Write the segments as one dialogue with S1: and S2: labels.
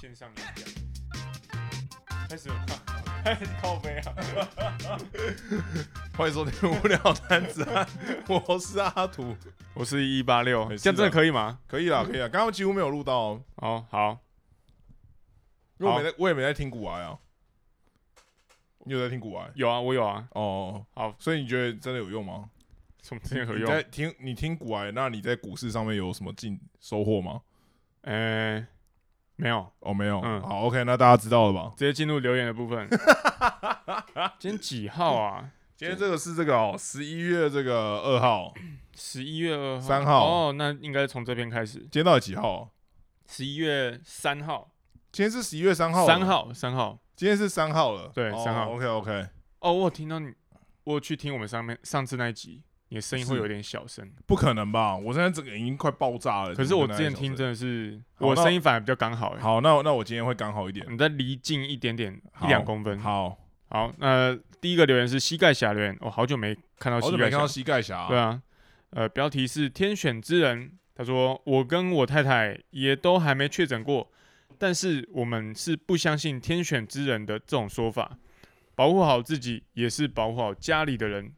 S1: 线上演讲。开始了吗？开始靠背啊！
S2: 欢迎收听无聊男子汉，我是阿土，
S1: 我是一八六，
S2: 没事啊
S1: 这样真的可以吗？
S2: 可以啦，可以啦，刚刚几乎没有录到、哦，
S1: 哦，好，
S2: 因为我没在，我也没在听古玩啊。你有在听古玩？
S1: 有啊，我有啊。
S2: 哦，
S1: 好，
S2: 所以你觉得真的有用吗？
S1: 什么之前有
S2: 你
S1: 用？
S2: 在听你听古玩，那你在股市上面有什么进收获吗？
S1: 呃，没有，
S2: 哦，没有。
S1: 嗯
S2: 好，OK，那大家知道了吧？
S1: 直接进入留言的部 分。今天几号啊？
S2: 今天这个是这个哦，十一月这个二号，
S1: 十一月二号、
S2: 三号
S1: 哦，那应该从这边开始。
S2: 今天到底几号？
S1: 十一月三号，
S2: 今天是十一月三号。
S1: 三。号，三号。
S2: 今天是三号了。
S1: 对三号
S2: OK OK，
S1: 哦，我有听到你，我有去听我们上面上次那一集，你的声音会
S2: 是
S1: 有点小声。
S2: 不可能吧？我现在整个已经快爆炸了。
S1: 可是我
S2: 整
S1: 之
S2: 个那
S1: 前
S2: 一
S1: 听
S2: 小时
S1: 真的是，
S2: 好
S1: 我
S2: 那
S1: 声音反而比较刚好、欸。欸
S2: 好，那那我今天会刚好一点。
S1: 你再离近一点点，一
S2: 好
S1: 两公分。
S2: 好，
S1: 好，那第一个留言是膝盖侠留言，我、好久没看到
S2: 好
S1: 膝
S2: 久
S1: 盖
S2: 没
S1: 侠
S2: 看到。膝盖侠、
S1: 对啊，呃，标题是天选之人。他说我跟我太太也都还没确诊过，但是我们是不相信天选之人的这种说法。保护好自己，也是保护好家里的人。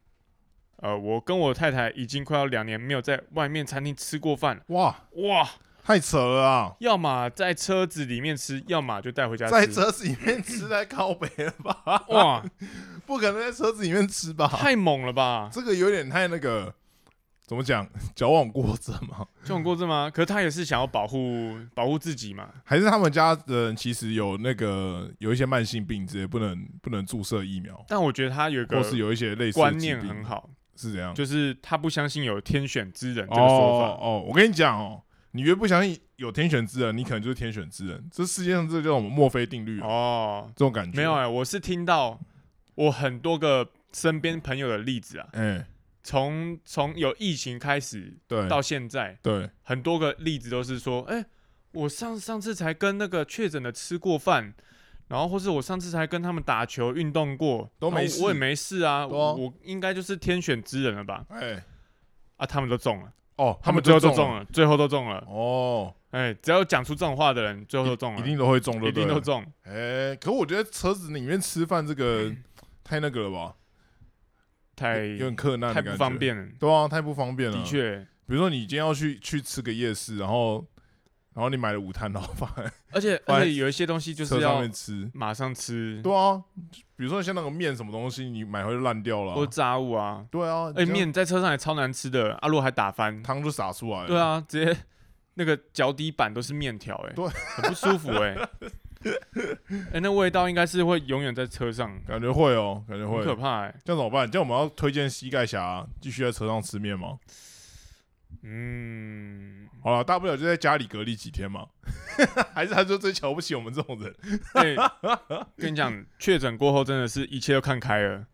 S1: 呃，我跟我太太已经快要两年没有在外面餐厅吃过饭了。
S2: 哇，
S1: 哇，
S2: 太扯了啊！
S1: 要么在车子里面吃，要么就带回家吃。
S2: 在车啊子里面吃太靠北了吧？
S1: 哇，
S2: 不可能在车子里面吃吧？
S1: 太猛了吧！
S2: 这个有点太那个，怎么讲？ 矫枉过正嘛？
S1: 这种过正吗？可是他也是想要保护保护自己嘛。
S2: 还是他们家的人其实有那个有一些慢性病之类，不能不能注射疫苗，
S1: 但我觉得他有一
S2: 或
S1: 个
S2: 是有一些类似的
S1: 观念
S2: 疾病
S1: 很，好，
S2: 是这样。
S1: 就是他不相信有天选之人这
S2: 哦
S1: 个说法。
S2: 哦，我跟你讲哦，你越不相信有天选之人，你可能就是天选之人。这世界上这叫什么墨菲定律、啊
S1: 哦，
S2: 这种感觉
S1: 没有哎、我是听到我很多个身边朋友的例子啊，
S2: 哎、
S1: 从从有疫情开始
S2: 对
S1: 到现在，
S2: 对，
S1: 很多个例子都是说，哎、我上上次才跟那个确诊的吃过饭，然后或是我上次才跟他们打球运动过，
S2: 都没
S1: 然后
S2: 事
S1: 我也没事啊，
S2: 对
S1: 我
S2: 啊
S1: 我应该就是天选之人了吧？
S2: 哎、
S1: 啊，他们都中了，
S2: 哦，
S1: 他们最
S2: 就
S1: 后都中了，最后都中了，
S2: 哦，
S1: 哎、只要讲出这种话的人，最后都中了，
S2: 一定都会中的，
S1: 一定都。中，
S2: 哎、可我觉得车子里面吃饭这个太那个了吧，
S1: 嗯太
S2: 有点困难，
S1: 太不方。便了，
S2: 对啊，太不方便了。
S1: 的，确，
S2: 比如说你今天要去去吃个夜市，然后然后你买了午餐，然后放在
S1: 而且
S2: 放在
S1: 而且有一些东西就
S2: 车
S1: 是
S2: 上
S1: 要嗯
S2: 面吃。
S1: 马上吃，
S2: 对啊，比如说像那个面什么东西，你买回来烂掉了啊、
S1: 或炸物啊，
S2: 对啊，
S1: 哎、
S2: 你这样
S1: 面在车上也超难吃的，阿、啊、洛还打翻，
S2: 汤就洒出来了。
S1: 对，啊，直接那个脚底板都是面条、哎，
S2: 对
S1: 很不舒服、 哎，哎，那味道应该是会永远在车上，
S2: 感觉会哦，感觉
S1: 很
S2: 会。
S1: 可怕、哎，
S2: 这样怎么办？这样我们要推荐膝盖侠继续在车上吃面吗？
S1: 嗯，
S2: 好了，大不了就在家里隔离几天嘛。 还是他就最瞧不起我们这种人？
S1: 哎、跟你讲，确诊过后真的是一切都看开了，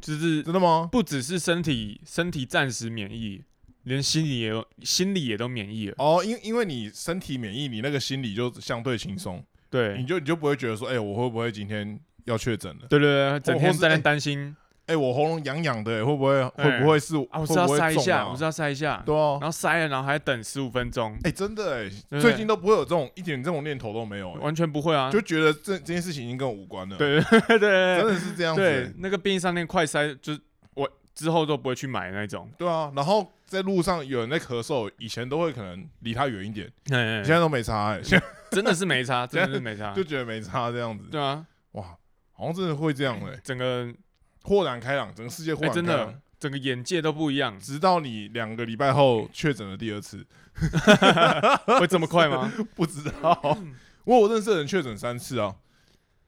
S1: 就是
S2: 真的吗？
S1: 不只是身体身体暂时免疫，连心里也有心里也都免疫了，
S2: 哦，因因为你身体免疫，你那个心理就相对轻松，你
S1: 对。
S2: 就你就不会觉得说，哎、我会不会今天要确诊了？
S1: 对对对，整
S2: 或
S1: 天
S2: 是
S1: 在那
S2: 哎
S1: 担心、
S2: 哎、我喉咙痒痒的、会不会
S1: 哎
S2: 会不会是、
S1: 啊，我是
S2: 会
S1: 要
S2: 不会
S1: 塞一
S2: 中
S1: 下，
S2: 啊
S1: 我是要塞一下，
S2: 对啊
S1: 然，后塞了，然后还等十五分钟，
S2: 哎、真的哎、
S1: 对
S2: 最近都不会有这种一点这种念头都没有、哎
S1: 完全不会啊，
S2: 就觉得这这件事情已经跟我无关了。，
S1: 对 对对对
S2: 真的是这样子、
S1: 对
S2: 哎，
S1: 那个便利商店快筛，就是我之后都不会去买那种。
S2: 对啊，然后在路上有人在咳嗽，以前都会可能离他远一点，
S1: 嗯，
S2: 现在都没差、哎，现在
S1: 真的是没 差，真的是没差
S2: 就。觉得没差这样子。
S1: 对啊，
S2: 哇，好像真的会这样哎、
S1: 整个
S2: 豁然开朗，整个世界豁
S1: 哎、
S2: 然开
S1: 真
S2: 朗。，
S1: 的整个眼界都不一样
S2: 直到你两个礼拜后确诊了第二次，
S1: 会这么快吗？
S2: 不知道。
S1: 嗯
S2: 我有认识的人确诊三次啊，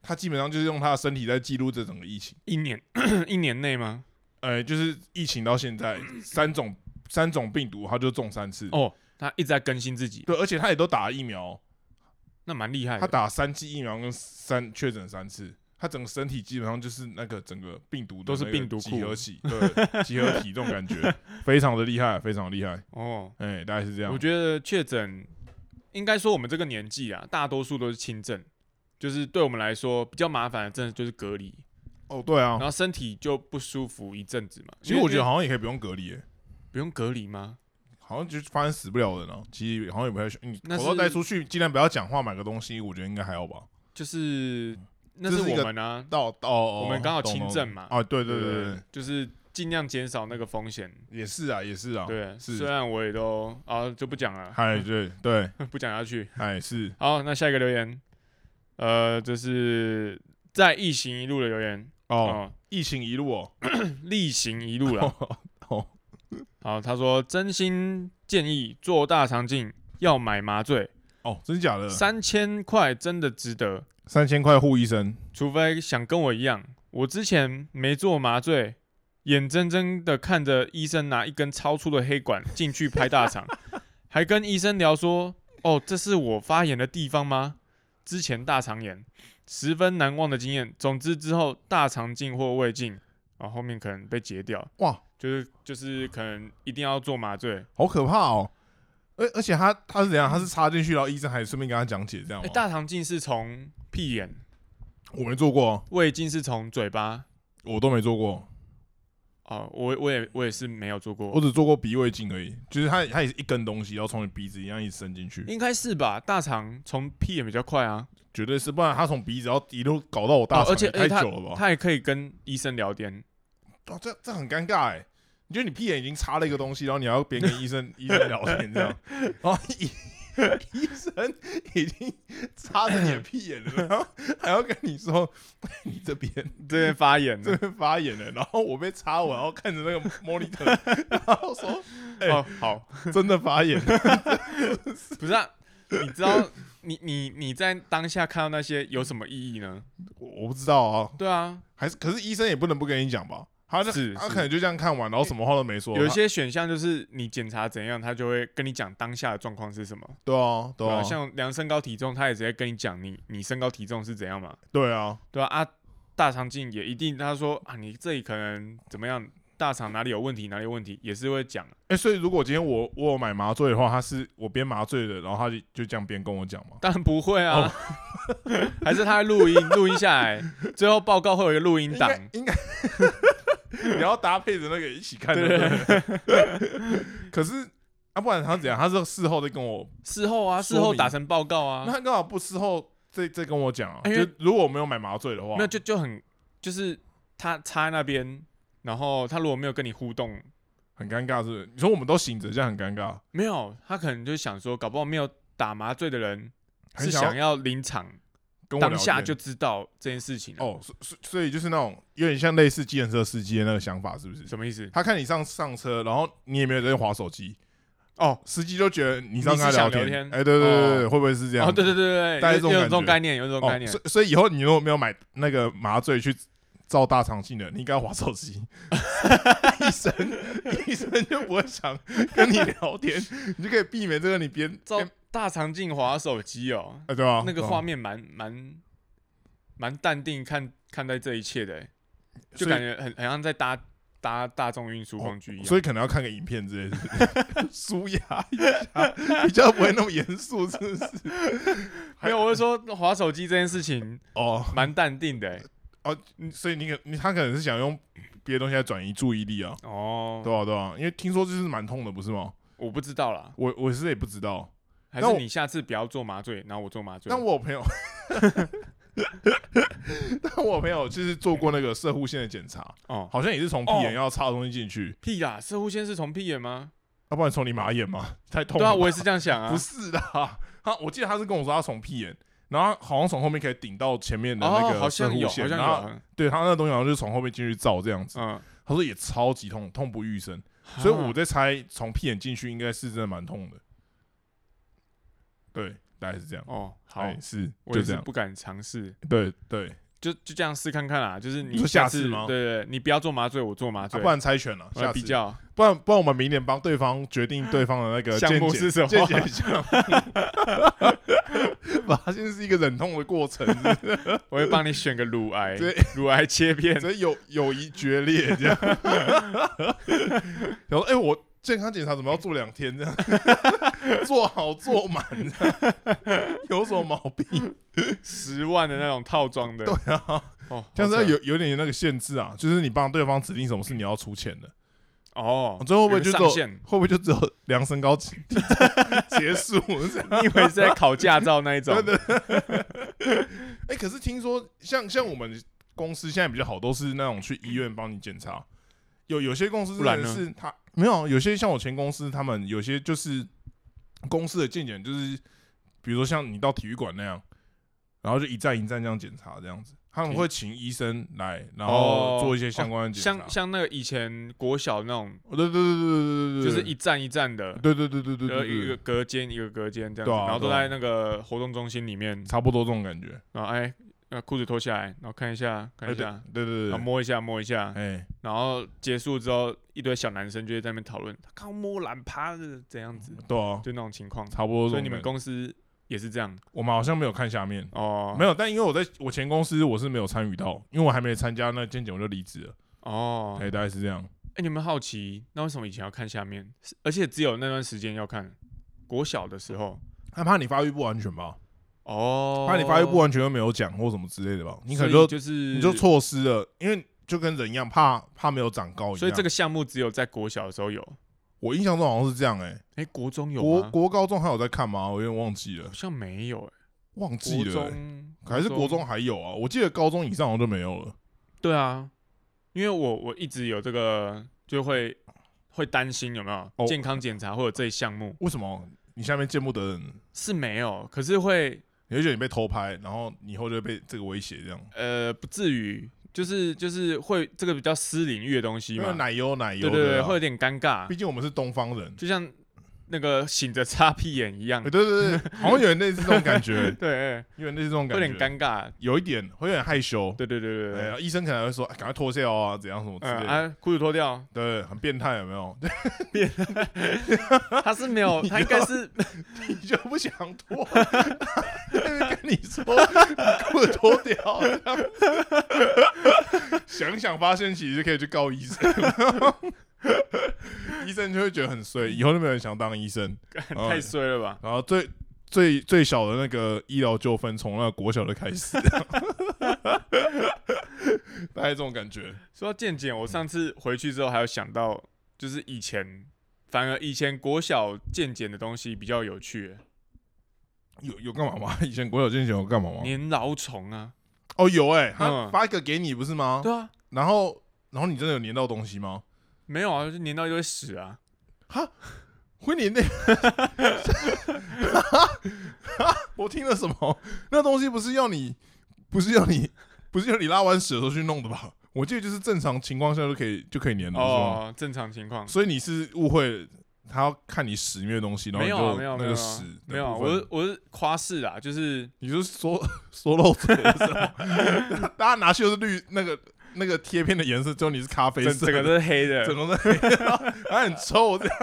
S2: 他基本上就是用他的身体在记录这整个疫情。
S1: 一年 一年内吗？
S2: 呃，就是疫情到现在三种三种病毒，他就中三次。
S1: 哦，他一直在更新自己，
S2: 对，而且他也都打了疫苗，
S1: 那蛮厉害
S2: 他
S1: 的。
S2: 打三剂疫苗跟三确诊三次，他整个身体基本上就是那个整个病毒的
S1: 都是
S2: 那个
S1: 病毒库
S2: 集 合体，对，集合体这种感觉，非常的厉害，非常厉害。
S1: 哦，
S2: 哎、大概是这样
S1: 我。觉得确诊应该说我们这个年纪啊，大多数都是轻症，就是对我们来说比较麻烦的，真的就是隔离，
S2: 哦，对啊
S1: 然，后身体就不舒服一阵子嘛。
S2: 其实我觉得
S1: 因为
S2: 好像也可以不用隔离、欸，
S1: 不用隔离吗？
S2: 好像就是发现死不了人哦、其实好像也不太需你
S1: 那
S2: 口罩戴
S1: 是
S2: 出去，尽量不要讲话，买个东西，我觉得应该还好吧。
S1: 就是那
S2: 这
S1: 是
S2: 是一
S1: 我
S2: 个
S1: 们啊，
S2: 到到哦，
S1: 我们刚好
S2: 懂
S1: 轻
S2: 懂
S1: 症嘛
S2: 啊，对对
S1: 对
S2: 对
S1: 不
S2: 对，
S1: 就是尽量减少那个风险。
S2: 也是啊，也是啊，
S1: 对，
S2: 是
S1: 虽然我也都啊就不讲了，
S2: 嗨，对对，
S1: 不讲下去。
S2: 嗨是，
S1: 好，那下一个留言，呃，这是在一行一路的留言
S2: 哦，
S1: 哦，啊
S2: 疫情一路哦，
S1: 例行一路了。
S2: 哦，
S1: 好，他说真心建议做大肠镜要买麻醉，
S2: 哦，真假的，
S1: 三千块真的值得，
S2: 三千块护医生，
S1: 除非想跟我一样，我之前没做麻醉，眼睁睁的看着医生拿一根超粗的黑管进去拍大肠，还跟医生聊说：“哦，这是我发炎的地方吗？”之前大肠炎，十分难忘的经验。总之之后大肠镜或胃镜，哦然后后面可能被截掉，
S2: 哇，
S1: 就是就是可能一定要做麻醉。
S2: 好可怕哦。而而且他他是怎样？他是插进去，然后医生还顺便跟他讲解这样
S1: 哎、
S2: 吗？
S1: 大肠镜是从屁眼，
S2: 我没做过哦，
S1: 胃镜是从嘴巴。
S2: 我都没做过，
S1: 哦，我我也我也是没有做过，
S2: 我只做过鼻胃镜而已。就是他他也是一根东西，然后从你鼻子一样一直伸进去，
S1: 应该是吧？大肠从屁眼比较快啊，
S2: 绝对是，不然他从鼻子然后一路搞到我大
S1: 哦
S2: 肠，
S1: 而且
S2: 也太
S1: 而且他
S2: 久了吧？
S1: 他也可以跟医生聊天。
S2: 哦，这这很尴尬哎。你觉得你屁眼已经插了一个东西，然后你还要边跟医生医生聊天这 样，然后医医生已经插着你的屁眼了，然后还要跟你说你这边
S1: 这边发炎
S2: 这
S1: 了，
S2: 边发炎了，然后我被插完，然后看着那个 monitor，然后说哎
S1: 哦，好，
S2: 真的发炎了，
S1: 不是啊，你知道， 你你你在当下看到那些有什么意义呢？
S2: 我我不知道啊，
S1: 对啊，
S2: 还是可是医生也不能不跟你讲吧？他就是
S1: 是
S2: 他可能就这样看完，然后什么话都没说，
S1: 有一
S2: 他
S1: 些选项就是你检查怎样，他就会跟你讲当下的状况是什么。
S2: 对啊对
S1: 对啊，
S2: 啊
S1: 像量身高体重，他也直接跟你讲你你身高体重是怎样嘛。
S2: 对啊
S1: 对啊，啊，大肠镜也一定，他说啊，你这里可能怎么样，大肠哪里有问题，哪里有问题，也是会讲。
S2: 哎、所以如果今天我我有买麻醉的话，他是我边麻醉的，然后他就就这样边跟我讲嘛。
S1: 当然不会
S2: 哦
S1: 啊， 还是他录音录音下来，最后报告会有一个录音档。
S2: 应该， 你要搭配着那个一起看
S1: 对
S2: 对不对？ 可是啊，不然他怎样？他是事后再跟我，
S1: 事后啊，事
S2: 说明
S1: 后打成报告
S2: 那
S1: 啊，
S2: 他干嘛不事后再再跟我讲啊？
S1: 因
S2: 就
S1: 为
S2: 如果我没有买麻醉的话，
S1: 没有就就很就是他插在那边，然后他如果没有跟你互动，
S2: 很尴尬，是不是？你说我们都醒着，这样很尴尬，
S1: 没有他可能就想说，搞不好没有打麻醉的人
S2: 很
S1: 是
S2: 想
S1: 想
S2: 要
S1: 要临场
S2: 跟我
S1: 当
S2: 聊天
S1: 下就知道这件事情啊、
S2: 哦，所所所以就是那种有点像类似计程车司机的那个想法，是不是？
S1: 什么意思？
S2: 他看你上上车，然后你也没有在划手机，
S1: 哦
S2: 司机就觉得你上跟他
S1: 你是想
S2: 天，
S1: 聊天
S2: 哎、对对对对，
S1: 哦
S2: 会不会是这样？
S1: 哦，对对对对
S2: 大
S1: 对，
S2: 概这种
S1: 有有这种
S2: 感觉
S1: 概念，有这种概念
S2: 哦、所以所以以后你如果没有买那个麻醉去照大肠镜的，你应该划手 机，医生医生就不会想跟你聊 天，你就可以避免这个你边
S1: 照
S2: 边
S1: 大肠镜滑手机哦，
S2: 哎对吧？
S1: 那个
S2: 哎对吧
S1: 画面蛮蛮蛮淡定看看待这一切的欸、就
S2: 所以
S1: 感觉很很像在搭搭大众运输工具一样。
S2: 哦所以可能要看个影片之类的， 舒压一下，比较不会那么严肃，是不是？
S1: 没有，我是说滑手机这件事情
S2: 哦，
S1: 蛮淡定的、欸。
S2: 所以你可你他可能是想用别的东西来转移注意力啊，
S1: 哦，
S2: 对啊对啊，因为听说这是蛮痛的，不是吗？
S1: 我不知道啦，
S2: 我我是也不知道，
S1: 还
S2: 那
S1: 是
S2: 我
S1: 你下次不要做麻醉，然后我做麻醉。
S2: 但我有朋友， 但我有朋友就是做过那个射护线的检查，
S1: 哦，
S2: 好像也是从屁眼要插东西进去，
S1: 屁啦，射护线是从屁眼吗？
S2: 要、不然从你马眼嘛， 太痛
S1: 对
S2: 了
S1: 啊，
S2: 吧。
S1: 我也是这样想啊。
S2: 不是的， 他我记得他是跟我说他从屁眼，然后好像从后面可以顶到前面的那
S1: 哦，
S2: 个
S1: 好
S2: 射
S1: 像
S2: 护
S1: 有，
S2: 线，
S1: 好像
S2: 然后
S1: 有，
S2: 对他那东西好像就是从后面进去照这样子，
S1: 嗯，啊
S2: 他说也超级痛，痛不欲生，所以我
S1: 的
S2: 在猜从屁眼进去应该是真的蛮痛的，对，大概是这样。
S1: 哦，好，
S2: 哎是
S1: 我
S2: 就
S1: 也
S2: 这
S1: 是啊
S2: 样，
S1: 不敢尝试。
S2: 对对，
S1: 就就这样试看看啦，就是
S2: 你
S1: 你
S2: 说下次
S1: 次
S2: 吗
S1: 对对，对你不要做麻醉，我做麻
S2: 啊
S1: 醉，
S2: 不然猜拳了，
S1: 我
S2: 下
S1: 来
S2: 次
S1: 比较
S2: 不然不然我们明年帮对方决定对方的那 个
S1: 项目
S2: 健检
S1: 是什么
S2: 健检 项目，发现是一个忍痛的过程，是不是
S1: 我会帮你选个乳癌
S2: 对，
S1: 乳癌切 片。
S2: 所以友友谊决裂这样。 然后哎，我健康检查怎么要做两天这样？ 做好做满这样， 有什么毛病？
S1: 十万的那种套装的，
S2: 对啊，
S1: 哦，
S2: 像是
S1: 好扯
S2: 有有点那个限制啊，就是你帮对方指定什么事你要出钱的，
S1: 哦
S2: 哦，最后会不会
S1: 有个
S2: 就只
S1: 上
S2: 有
S1: 限？
S2: 会不会就只有量身高体重 结束这样？
S1: 你以为是在考驾照那一种？
S2: 哎、可是听说像像我们公司现在比较好，都是那种去医院帮你检查。有有些公司
S1: 不然
S2: 真的
S1: 呢
S2: 是他没有，有些像我前公司，他们有些就是公司的健检，就是比如说像你到体育馆那样，然后就一站一站这样检查，这样子，他们
S1: 嗯
S2: 会请医生来，然
S1: 哦
S2: 后做一些相关的检查。
S1: 像像那个以前国小那种，
S2: 哦对对对对对对对，
S1: 就是一站一站的，
S2: 对对对对对
S1: 然后
S2: 对
S1: 一个
S2: 对，
S1: 隔间一个隔间这样子，
S2: 对啊
S1: 然后都
S2: 对啊
S1: 在那个活动中心里面，
S2: 差不多这种感觉。
S1: 然后哎，呃裤子脱下来，然后看一下看
S2: 哎
S1: 一
S2: 对
S1: 下，
S2: 对对
S1: 然后
S2: 对，
S1: 摸一下摸一下，
S2: 哎，
S1: 然后结束之后，一堆小男生就会在那边讨论，他刚摸懒趴的怎样子，
S2: 对啊，
S1: 就那种情况。
S2: 差不多这种感
S1: 所
S2: 觉。
S1: 以你们公司也是这样
S2: 我们好像没有看下面。
S1: 哦？
S2: 没
S1: 有
S2: 有，但因为我在我前公司我是没有参与到，因为我还没参加那健检，我就离职了。
S1: 哦
S2: 哎、。大概是这样。
S1: 哎，你们好奇，那为什么以前要看下面？是而且只有那段时间要看，国小的时候
S2: 他怕你发育不完全吧？
S1: 哦，
S2: 怕你发育不完全又没有讲或什么之类的吧？你可能
S1: 所以
S2: 就
S1: 就是
S2: 你就，错失了，因为就跟人一样，怕怕没有长高一样。
S1: 所以这个项目只有在国小的时候有。
S2: 我印象中好像是这样、欸，
S1: 哎，国中
S2: 哎，
S1: 有
S2: 国
S1: 吗？
S2: 国高中还有在看吗？我有点忘记了
S1: 好，像没有，哎，
S2: 忘记
S1: 国
S2: 了、欸
S1: 中
S2: 还是国中？还有啊？我记得高中以上好像就没有了。
S1: 对啊，因为我我一直有这个，就会会担心有没有、
S2: 哦
S1: 健康检查或者这一项目
S2: 为什么？你下面见不得人，
S1: 是没有，可是会
S2: 你会觉得你被偷拍，然后你以后就会被这个威胁这样。
S1: 呃不至于，就是就是会这个比较私领域的东西
S2: 因为
S1: 嘛，
S2: 奶油奶油
S1: 对对
S2: 的啊，
S1: 对，会有点尴尬
S2: 毕，竟我们是东方人，
S1: 就像那个醒着擦屁眼一样，
S2: 欸、，对对对，好像有点类似这种感觉
S1: 对，哎
S2: 有点类似这种
S1: 对有
S2: 感觉，
S1: 点尴尬，
S2: 有一点会有点害羞。
S1: 对对对对
S2: 哎
S1: 对，
S2: 呀医生可能会说，哎赶、快脱掉啊，怎样什么之类
S1: 嗯
S2: 的，
S1: 啊，裤子脱 掉，
S2: 对，很变态，有没有？
S1: 他是没有，他应该 是
S2: 你就不想脱，他 就跟你说裤子脱掉， 想想发现其实可以去告医生， 医生就会觉得很衰，以后就没有人想当医生。嗯
S1: 太衰了吧？
S2: 然后最最最小的那个医疗纠纷从那个国小的开始， 大概这种感觉。
S1: 说到健检，我上次回去之后还有想到，就是以前反而以前国小健检的东西比较有趣耶，
S2: 有有干嘛吗？以前国小健检有干嘛吗？
S1: 粘老虫啊，
S2: 哦，有哎、他
S1: 嗯
S2: 发一个给你不是吗？
S1: 对啊，
S2: 然后然后你真的有粘到东西吗？
S1: 没有啊，就粘到一堆屎啊，
S2: 会粘的。 我听了什么？那东西不是要你，不是要你，不是要你拉完屎的时候去弄的吧？我记得就是正常情况下就可以就可以粘了，是吗？
S1: 哦，正常情况
S2: 所以你是误会了他要看你屎里面的东西，然后
S1: 没
S2: 你
S1: 有
S2: 就
S1: 啊，没有啊没
S2: 那
S1: 有
S2: 个
S1: 啊
S2: 屎
S1: 没有啊，
S2: 的部
S1: 我
S2: 分
S1: 是我是夸饰啊，就是
S2: 你就是说 说漏嘴的时候， 大家拿去都是绿那个那个贴片的颜色，只有你是咖啡
S1: 整
S2: 色
S1: 整个
S2: 的。
S1: 都是黑的
S2: 整，个都 还很臭，这样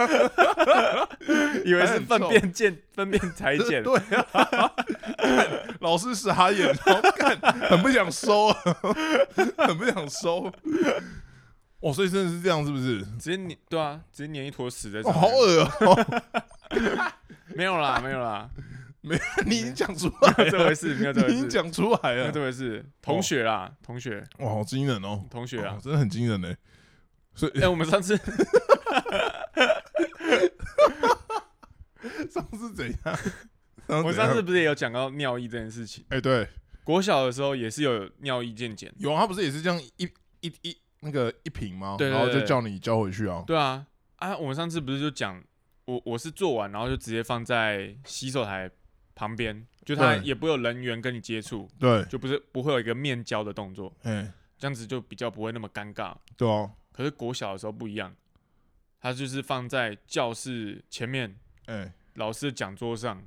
S1: 以为是
S2: 很
S1: 粪
S2: 臭
S1: 便健粪便 裁剪，
S2: 对啊，干老师傻眼，然后看很不想收， 很不想收。哦，所以真的是这样，是不是？
S1: 直接粘对啊，直接粘一坨屎在
S2: 哦，
S1: 上
S2: 好
S1: 面，
S2: 恶哦！
S1: 没有啦，没有啦，
S2: 你已经讲出来
S1: 没有 这
S2: 了，
S1: 回事，没有这 回
S2: 你已经
S1: 事，
S2: 讲出来
S1: 没有
S2: 了，
S1: 这回事，同学啦，同学
S2: 哇，好惊人哦！
S1: 同学啊
S2: 哦，真的很惊人呢。所以
S1: 哎，我们上次
S2: 上次怎样？上
S1: 我
S2: 次怎
S1: 上
S2: 样
S1: 次不是也有讲到尿意这件事情？
S2: 哎、对，
S1: 国小的时候也是有尿意健检，
S2: 有啊，他不是也是这样一一一那个一瓶吗？
S1: 对对
S2: 然后
S1: 对
S2: 就
S1: 对
S2: 叫你交回去啊。
S1: 对啊，啊，我们上次不是就讲，我我是做完然后就直接放在洗手台旁边，就它
S2: 对
S1: 也不会有人员跟你接触，
S2: 对，
S1: 就不是不会有一个面交的动作，
S2: 哎、
S1: 这样子就比较不会那么尴尬。
S2: 对啊，
S1: 可是国小的时候不一样，它就是放在教室前面
S2: 哎、
S1: 老师的讲桌上，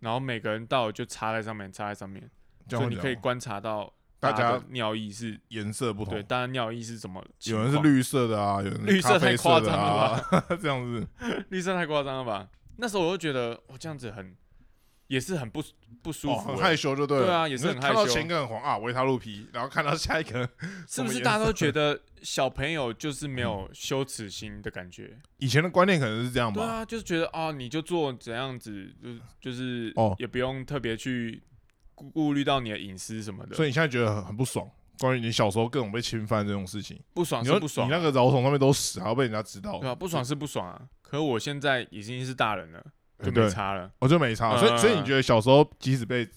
S1: 然后每个人到了就插在上面，插在上面，
S2: 这
S1: 所
S2: 样
S1: 以你
S2: 会怎
S1: 可以
S2: 样
S1: 观察到
S2: 大
S1: 家
S2: 家
S1: 的尿意是
S2: 颜色不
S1: 对，
S2: 同，
S1: 大家尿意是怎么情
S2: 哦有
S1: 况？
S2: 人是绿色的啊，有人是
S1: 绿色
S2: 咖啡
S1: 太夸
S2: 色的啊， 这样子。
S1: 绿色太夸张了吧？那时候我就觉得，我这样子很，也是很不不舒
S2: 哦，
S1: 服、
S2: 很
S1: 欸
S2: 害羞就对了。
S1: 对啊也是
S2: 你就
S1: 很害
S2: 看到
S1: 羞
S2: 前一个很黄啊，维他露皮，然后看到下一个，
S1: 是不
S2: 什么
S1: 是
S2: 颜
S1: 大家都觉得小朋友就是没
S2: 嗯
S1: 有羞耻心的感觉？
S2: 以前的观念可能是这样
S1: 对
S2: 吧。
S1: 啊，就是觉得哦，你就做怎样子，就是就是
S2: 哦
S1: 也不用特别去顾顾虑到你的隐私什么的。
S2: 所以你现在觉得很很不爽，关于你小时候各种被侵犯这种事情，
S1: 不爽
S2: 你
S1: 是
S2: 说
S1: 不爽
S2: 你
S1: 啊、
S2: 那个饶虫上面都死，还要被人家知道
S1: 对，啊，不爽是不爽啊。可我现在已经是大人了，就
S2: 对
S1: 没差了。
S2: 我就没差。
S1: 啊
S2: 所以，所以你觉得小时候即使被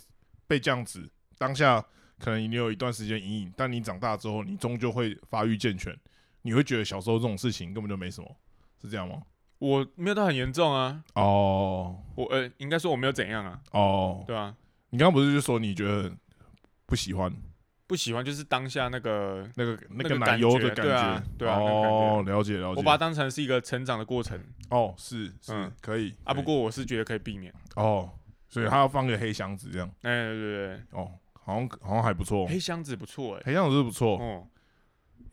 S2: 被这样子，当下可能你有一段时间阴影，但你长大之后，你终究会发育健全，你会觉得小时候这种事情根本就没什么，是这样吗？
S1: 我没有到很严重啊，
S2: 哦
S1: 我呃，应该说我没有怎样啊，
S2: 哦，
S1: 对啊，
S2: 你刚刚不是就说你觉得不喜欢
S1: 不喜欢就是当下那个，
S2: 那个
S1: 那
S2: 那个
S1: 个
S2: 奶
S1: 感
S2: 油
S1: 觉
S2: 的感
S1: 对啊对啊那个感
S2: 哦，了解了解。
S1: 我把它当成是一个成长的过程
S2: 哦，是是
S1: 嗯
S2: 可以
S1: 啊。
S2: 可
S1: 不
S2: 以
S1: 过我是觉得可以避免。
S2: 哦，所以他要放个黑箱子这样
S1: 哎、对对对，
S2: 哦，好像好像还不错，
S1: 黑箱子不错哎、
S2: 黑箱子是不错，
S1: 哦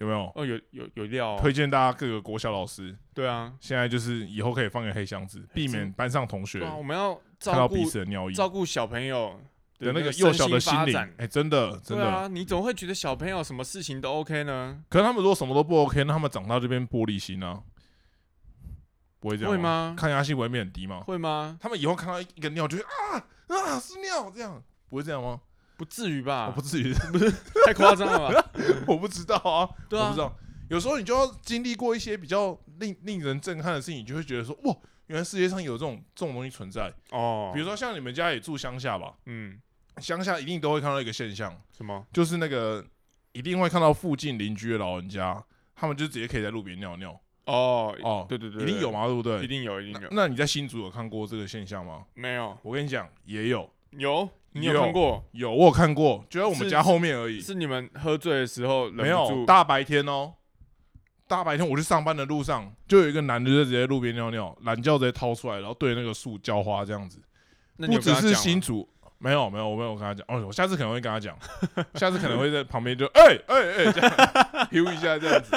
S2: 有没有？
S1: 哦，有有有料、哦，
S2: 推荐大家各个国小老师，
S1: 对啊，
S2: 现在就是以后可以放个黑箱子，避免班上同学
S1: 哎对啊，我们要
S2: 看到
S1: 照顾
S2: 彼此的尿意
S1: 照顾小朋友
S2: 的那
S1: 那
S2: 个幼
S1: 身
S2: 小的心
S1: 发
S2: 灵。
S1: 展
S2: 哎，真的真
S1: 对
S2: 的，
S1: 啊，你怎么会觉得小朋友什么事情都 OK 呢？
S2: 可是他们如果什么都不 OK，那他们长大就变玻璃心啊，不会这样？
S1: 会？吗？
S2: 抗压性未免很低吗？
S1: 会吗？
S2: 他们以后看到一个尿就会啊啊是尿这样，不会这样吗？
S1: 不至于吧？
S2: 我哦不至于，
S1: 太夸张了吧？
S2: 我不知道啊，
S1: 对
S2: 我
S1: 啊
S2: 不知，道。有时候你就要经历过一些比较令令人震撼的事情，你就会觉得说，哇，原来世界上有这种这种东西存在。
S1: 哦，
S2: 比如，说像你们家也住乡下吧，
S1: 嗯，
S2: 乡下一定都会看到一个现象，
S1: 什么？
S2: 就是那个一定会看到附近邻居的老人家，他们就直接可以在路边尿尿。
S1: 哦，
S2: 哦，
S1: 对对对，
S2: 一定有？嘛，对不对？
S1: 一定有，一定有。
S2: 那那你在新竹有看过这个现象吗？
S1: 没有？
S2: 我跟你讲，也有，
S1: 有？你
S2: 有
S1: 有看过？
S2: 有我有看过，就在我们
S1: 是
S2: 家后面而已。
S1: 是你们喝醉的时候
S2: 没
S1: 忍不
S2: 有
S1: 住？
S2: 大白天哦，大白天我去上班的路上，就有一个男的就直接路边尿尿，懒觉直接掏出来，然后对着那个树浇花这样子。
S1: 那你
S2: 不
S1: 有
S2: 只
S1: 跟他
S2: 是
S1: 讲吗
S2: 新竹，没有没有，我没有跟他讲。哦，我下次可能会跟他讲， 下次可能会在旁边就 哎哎哎这样丢一下这样子，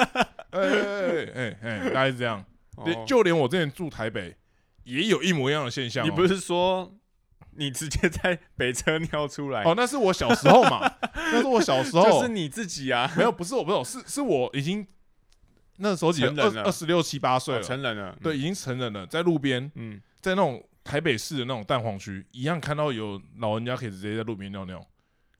S2: 哎哎哎哎哎，大概是这样。对，
S1: 哦
S2: 就连我之前住台北，也有一模一样的现象、哦。
S1: 你不是说你直接在北车尿出来？
S2: 哦，那是我小时候嘛，那是我小时候，
S1: 就是你自己啊，
S2: 没有，不是我，不是我，是是我已经那时候几
S1: 成人
S2: 二
S1: 了
S2: 二十六七八岁
S1: 哦
S2: 了，
S1: 成人了。
S2: 对，
S1: 嗯，
S2: 已经成人了，在路边，
S1: 嗯，
S2: 在那种台北市的那种蛋黄区，一样看到有老人家可以直接在路边尿尿。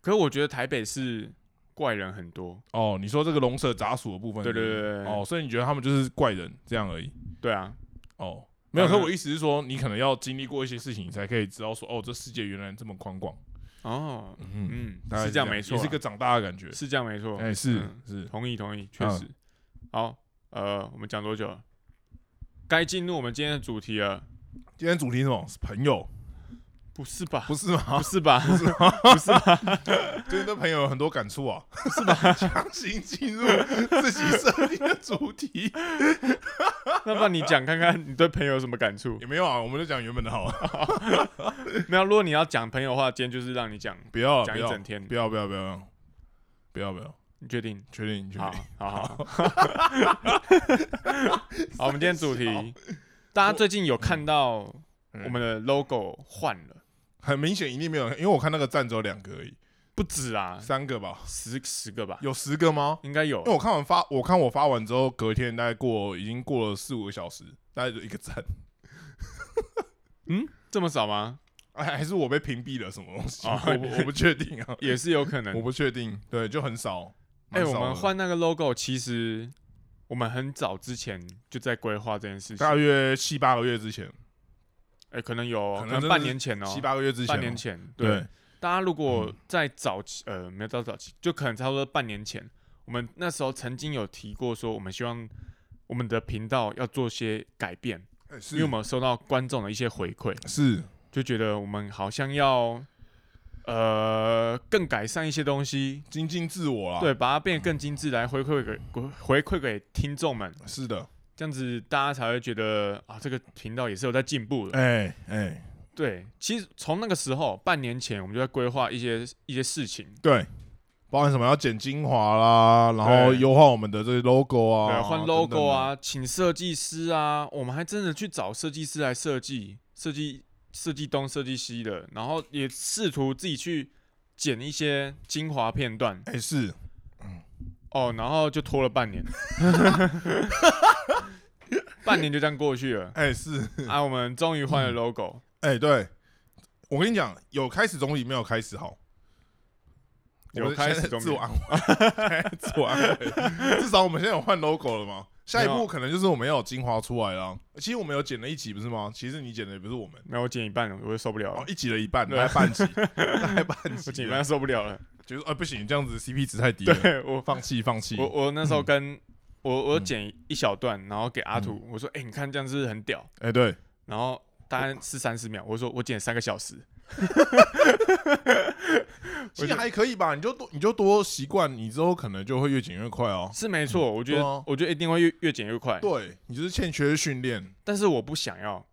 S1: 可是我觉得台北是怪人很多。
S2: 哦，你说这个龙蛇杂鼠的部分，
S1: 对对
S2: 是不是
S1: 对对，
S2: 哦，所以你觉得他们就是怪人这样而已？
S1: 对啊，
S2: 哦，没有，
S1: 当
S2: 可
S1: 然
S2: 我意思是说，你可能要经历过一些事情，你才可以知道说，哦，这世界原来这么宽广。
S1: 哦，
S2: 嗯，
S1: 嗯，
S2: 大概
S1: 是这样没错
S2: 也
S1: 啦，
S2: 是一个长大的感觉。
S1: 是这样没错。
S2: 哎，嗯是
S1: 嗯
S2: 是，
S1: 同意同意，确实。好，呃，我们讲多久了？该进入我们今天的主题了，
S2: 今天主题是什么？是朋友，
S1: 不是吧？
S2: 不是吗？
S1: 不是吧？
S2: 最近对朋友有很多感触啊，是吧？ 强行进入自己设定的主题，
S1: 那么你讲看看，你对朋友有什么感触？
S2: 也没有啊，我们就讲原本的好了，
S1: 没有，如果你要讲朋友的话，今天就是让你讲，
S2: 不要啊
S1: 讲
S2: 不
S1: 一
S2: 要
S1: 整天
S2: 不要不要不要不要不要，
S1: 你确定？
S2: 确定确
S1: 好
S2: 定，
S1: 好好。 好，我们今天主题，大家最近有看到
S2: 嗯
S1: 我们的 logo 换了，
S2: 很明显一定没有，因为我看那个站只有两个而已，
S1: 不止啊，
S2: 三个吧，
S1: 十十个吧，
S2: 有十个吗？
S1: 应该有
S2: 因为。我看完发，我看我发完之后，隔天大概过已经过了四五个小时，大概就一个赞，
S1: 嗯，这么少吗？
S2: 哎，还是我被屏蔽了什么东西？
S1: 哦
S2: 我不我不确定啊，
S1: 也是有可能
S2: 我。不确定，对，就很少。
S1: 哎、
S2: 蛮
S1: 我
S2: 少
S1: 们
S2: 的
S1: 换那个 logo，其实我们很早之前就在规划这件事情。
S2: 大
S1: 哎、
S2: 约七八个月之前，
S1: 可能有哦，
S2: 可
S1: 可
S2: 能
S1: 能
S2: 真的
S1: 半
S2: 是
S1: 年前哦，
S2: 七八个月之前哦，
S1: 半年前。对，
S2: 对，
S1: 大家如果在早期，呃，没有到早期，就可能差不多半年前，我们那时候曾经有提过说，我们希望我们的频道要做些改变，因
S2: 哎是
S1: 为我们收到观众的一些回馈，
S2: 是
S1: 就觉得我们好像要。呃，更改善一些东西，
S2: 精进自我啦。
S1: 对，，把它变得更精致，来回馈给回馈给听众们。
S2: 是的，
S1: 这样子大家才会觉得啊，这个频道也是有在进步的。
S2: 哎哎，
S1: 对，其实从那个时候半年前，我们就在规划一些一些事情，
S2: 对，包含什么要剪精华啦，然后
S1: 对
S2: 优化我们的这些 logo
S1: 对，
S2: 啊，
S1: 换 logo 啊，请设计师啊，我们还真的去找设计师来设计，设计设计东设计西的，然后也试图自己去剪一些精华片段
S2: 等等的。哎，是
S1: 哦，然后就拖了半年， 半年就这样过去 了。
S2: 哎是
S1: 啊，我们终于
S2: 嗯
S1: 换了 logo，
S2: 哎，对，我跟你讲，有开始总比没有开始好。我
S1: 有
S2: 们
S1: 开
S2: 现
S1: 始
S2: 在
S1: 中
S2: 自我
S1: 间
S2: 安慰，现 在自我安慰。 至少我们现在有换 logo 了嘛？下一
S1: 没
S2: 步
S1: 有
S2: 可能就是我们要有精华出来了。其实我们有剪了一集，不是吗？其实你剪的也不是我们，
S1: 没有我剪一半了，我就受不了了
S2: 哦，，一集了一半，
S1: 对
S2: 大概 半集，大概半
S1: 我
S2: 集
S1: 剪一
S2: 了，
S1: 半受不了了。
S2: 就是啊，不行，这样子 CP 值太低了，
S1: 对我
S2: 放弃放弃。
S1: 我我那时候跟我我
S2: 嗯
S1: 剪一小段，然后给阿土，我说：“哎，你看这样是不是很屌。
S2: 哎，对，”
S1: 然后大概是三十秒，我说我剪三个小时，
S2: 其实还可以吧，你就多你就多习惯，你之后可能就会越剪越快哦。
S1: 是没错，我觉
S2: 对啊
S1: 得我觉得一定会越越剪越快，
S2: 对你就是欠缺训练，
S1: 但是我不想要，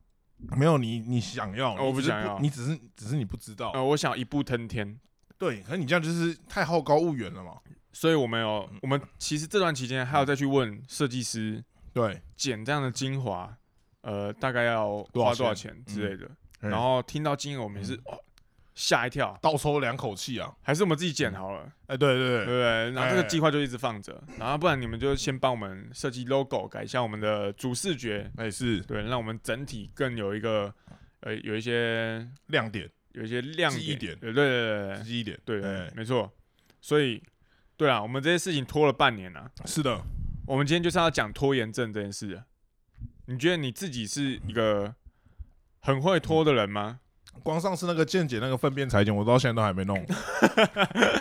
S2: 没有你你想要，哦
S1: 哦我
S2: 你
S1: 不
S2: 只是
S1: 想要
S2: 你只是只是你不知道。
S1: 呃，我想一步登天，
S2: 对，可是你这样就是太好高骛远了嘛。
S1: 所以我们有
S2: 嗯
S1: 我们其实这段期间还有再去问设计师
S2: 对，
S1: 剪这样的精华，呃，大概要
S2: 多少
S1: 花多少
S2: 钱
S1: 钱之类的，
S2: 嗯
S1: 然后听到金额我们也是哦吓一跳，
S2: 倒抽两口气啊。
S1: 还是我们自己剪好了。
S2: 哎，对
S1: 对
S2: 对对，
S1: 不对？然后这个
S2: 哎
S1: 计划就一直放着，然后不然你们就先帮我们设计 logo，改一下我们的主视觉，
S2: 哎是
S1: 对，让我们整体更有一个呃有一些
S2: 亮点，
S1: 有一些亮
S2: 记忆
S1: 点，对
S2: 点
S1: 对对
S2: 实
S1: 对
S2: 际一点。
S1: 对对对
S2: 哎，
S1: 没错。所以，对啊，我们这些事情拖了半年啊，
S2: 是的，
S1: 我们今天就是要讲拖延症这件事啊。你觉得你自己是一个很会拖的人吗？
S2: 光上次那个健检那个粪便裁剪，我到现在都还没 弄。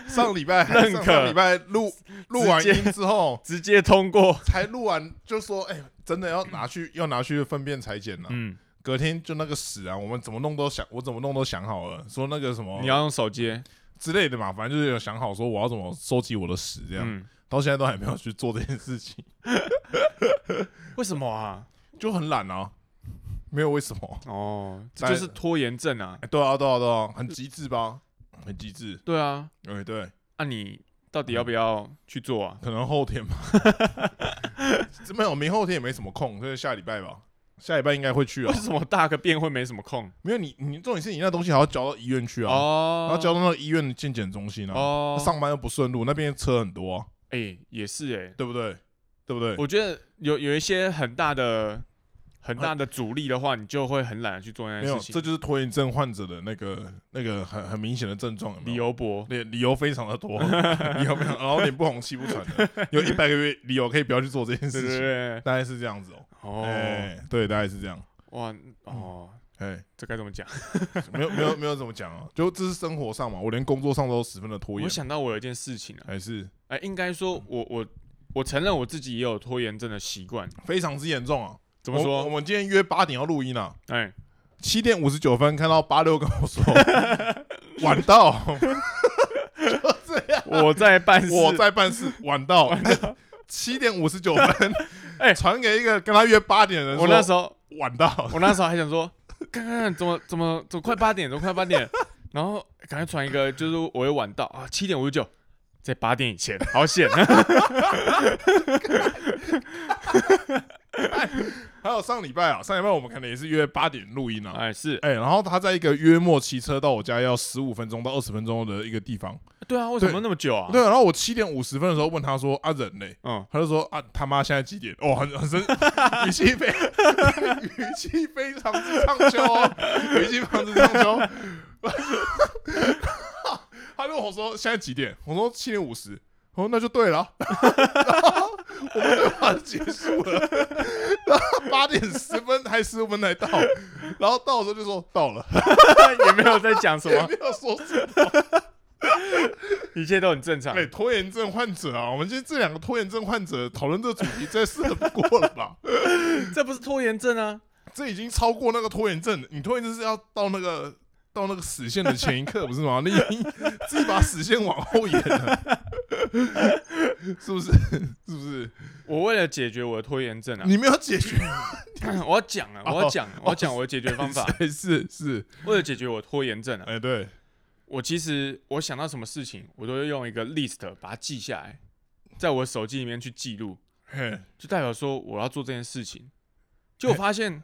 S2: 上礼拜
S1: 认
S2: 上
S1: 可
S2: 上礼拜录录完
S1: 直接
S2: 音之后，
S1: 直接通过，
S2: 才录完就说，哎、真的要拿去 要拿去粪便裁剪了、啊
S1: 嗯，
S2: 隔天就那个屎啊，我们怎么弄都想，我怎么弄都想好了，说那个什么
S1: 你要用手接，
S2: 之类的嘛，反正就是有想好说我要怎么收集我的屎这样，
S1: 嗯，
S2: 到现在都还没有去做这件事情，
S1: 为什么啊？
S2: 就很懒啊，没有为什么。
S1: 哦，这
S2: 但
S1: 就是拖延症啊。
S2: 哎，对啊，对啊，对啊，很极致吧？很极致。
S1: 对啊，
S2: 哎、对，
S1: 那、你到底要不要去做啊？
S2: 可能后天吧。这没有，明后天也没什么空，所以下礼拜吧。下礼拜应该会去
S1: 为
S2: 啊。
S1: 什么大个便会没什么空？
S2: 没有你，你重点是你那东西还要交到医院去啊，
S1: 哦，
S2: 然后交到那个医院的健检中心啊。
S1: 哦，
S2: 上班又不顺路，那边车很多、啊，
S1: 哎、也是哎、
S2: 对不对？对不对？
S1: 我觉得有有一些很大的很大的阻力的话，你就会很懒得去做那
S2: 没
S1: 件
S2: 有，
S1: 事
S2: 这
S1: 情。
S2: 就是拖延症患者的那个那个很很明显的症状有没
S1: 理
S2: 有。
S1: 由博，
S2: 理理由非常的多， 理由非常，然后脸不红气不喘的，有一百个月理由可以不要去做这件
S1: 对
S2: 事
S1: 对
S2: 情，
S1: 对，
S2: 大概是这样子哦、
S1: 哦，
S2: 哎、对，大概是这样。
S1: 哇，哦，
S2: 哎，
S1: 这该怎么讲？
S2: 没有没有没有怎么讲啊，就这是生活上嘛，我连工作上都十分的拖
S1: 我
S2: 延，
S1: 想到我有一件事情啊，
S2: 还是
S1: 哎、应该说我我我承认我自己也有拖延症的习惯。
S2: 非常之严重啊。
S1: 怎么
S2: 我我
S1: 说？
S2: 们今天约八点要录音啊，
S1: 哎、
S2: 七点五十九分看到八六跟我说 晚到，
S1: 我在办事，
S2: 我在办事晚到，七点五十九分，
S1: 哎
S2: 传给一个跟他约八点的人说，
S1: 我那时候
S2: 晚到，
S1: 我那时候还想说，看看看怎么怎么怎么快八点，怎么快八点， 然后赶快传一个，就是我会晚到啊，七点五十九，在八点以前，好 险！
S2: 还有上礼拜啊，上礼拜我们可能也是约八点录音啊。
S1: 哎，是，
S2: 哎、然后他在一个约莫骑车到我家要十五分钟到二十分钟的一个地方，
S1: 对啊，为什么那么久啊？
S2: 对，然后我七点五十分的时候问他说啊人嘞，
S1: 嗯，
S2: 他就说啊他妈现在几点？哦，很 很生，语气非语气非常之畅秋 哦，语气非常之畅秋。 他就问我说现在几点？我说七点五十。我说那就对了 啊，然后我们对话就结束了。 然后八点十分还十五分才到，然后到的时候就说到 了，
S1: 也没有在讲什
S2: 也
S1: 么，
S2: 没有说什么
S1: 一切都很正常
S2: 哎、。拖延症患者啊，我们今天这两个拖延症患者讨论这主题，这适合不过了吧？
S1: 这不是拖延症啊，
S2: 这已经超过那个拖延症了，你拖延症是要到那个到那个死线的前一刻，不是吗？ 你已经自己把死线往后延了， 是不是？是不是？
S1: 我为了解决我的拖延症啊，
S2: 你没有解决，
S1: 我要讲啊，我要讲，我要讲我的解决方 法。
S2: 是是是，
S1: 为了解决我的拖延症啊，
S2: 哎、对，
S1: 我其实我想到什么事情，我都会用一个 list 把它记下来，在我手机里面去记录。
S2: 嘿，
S1: 就代表说我要做这件事情，结果发现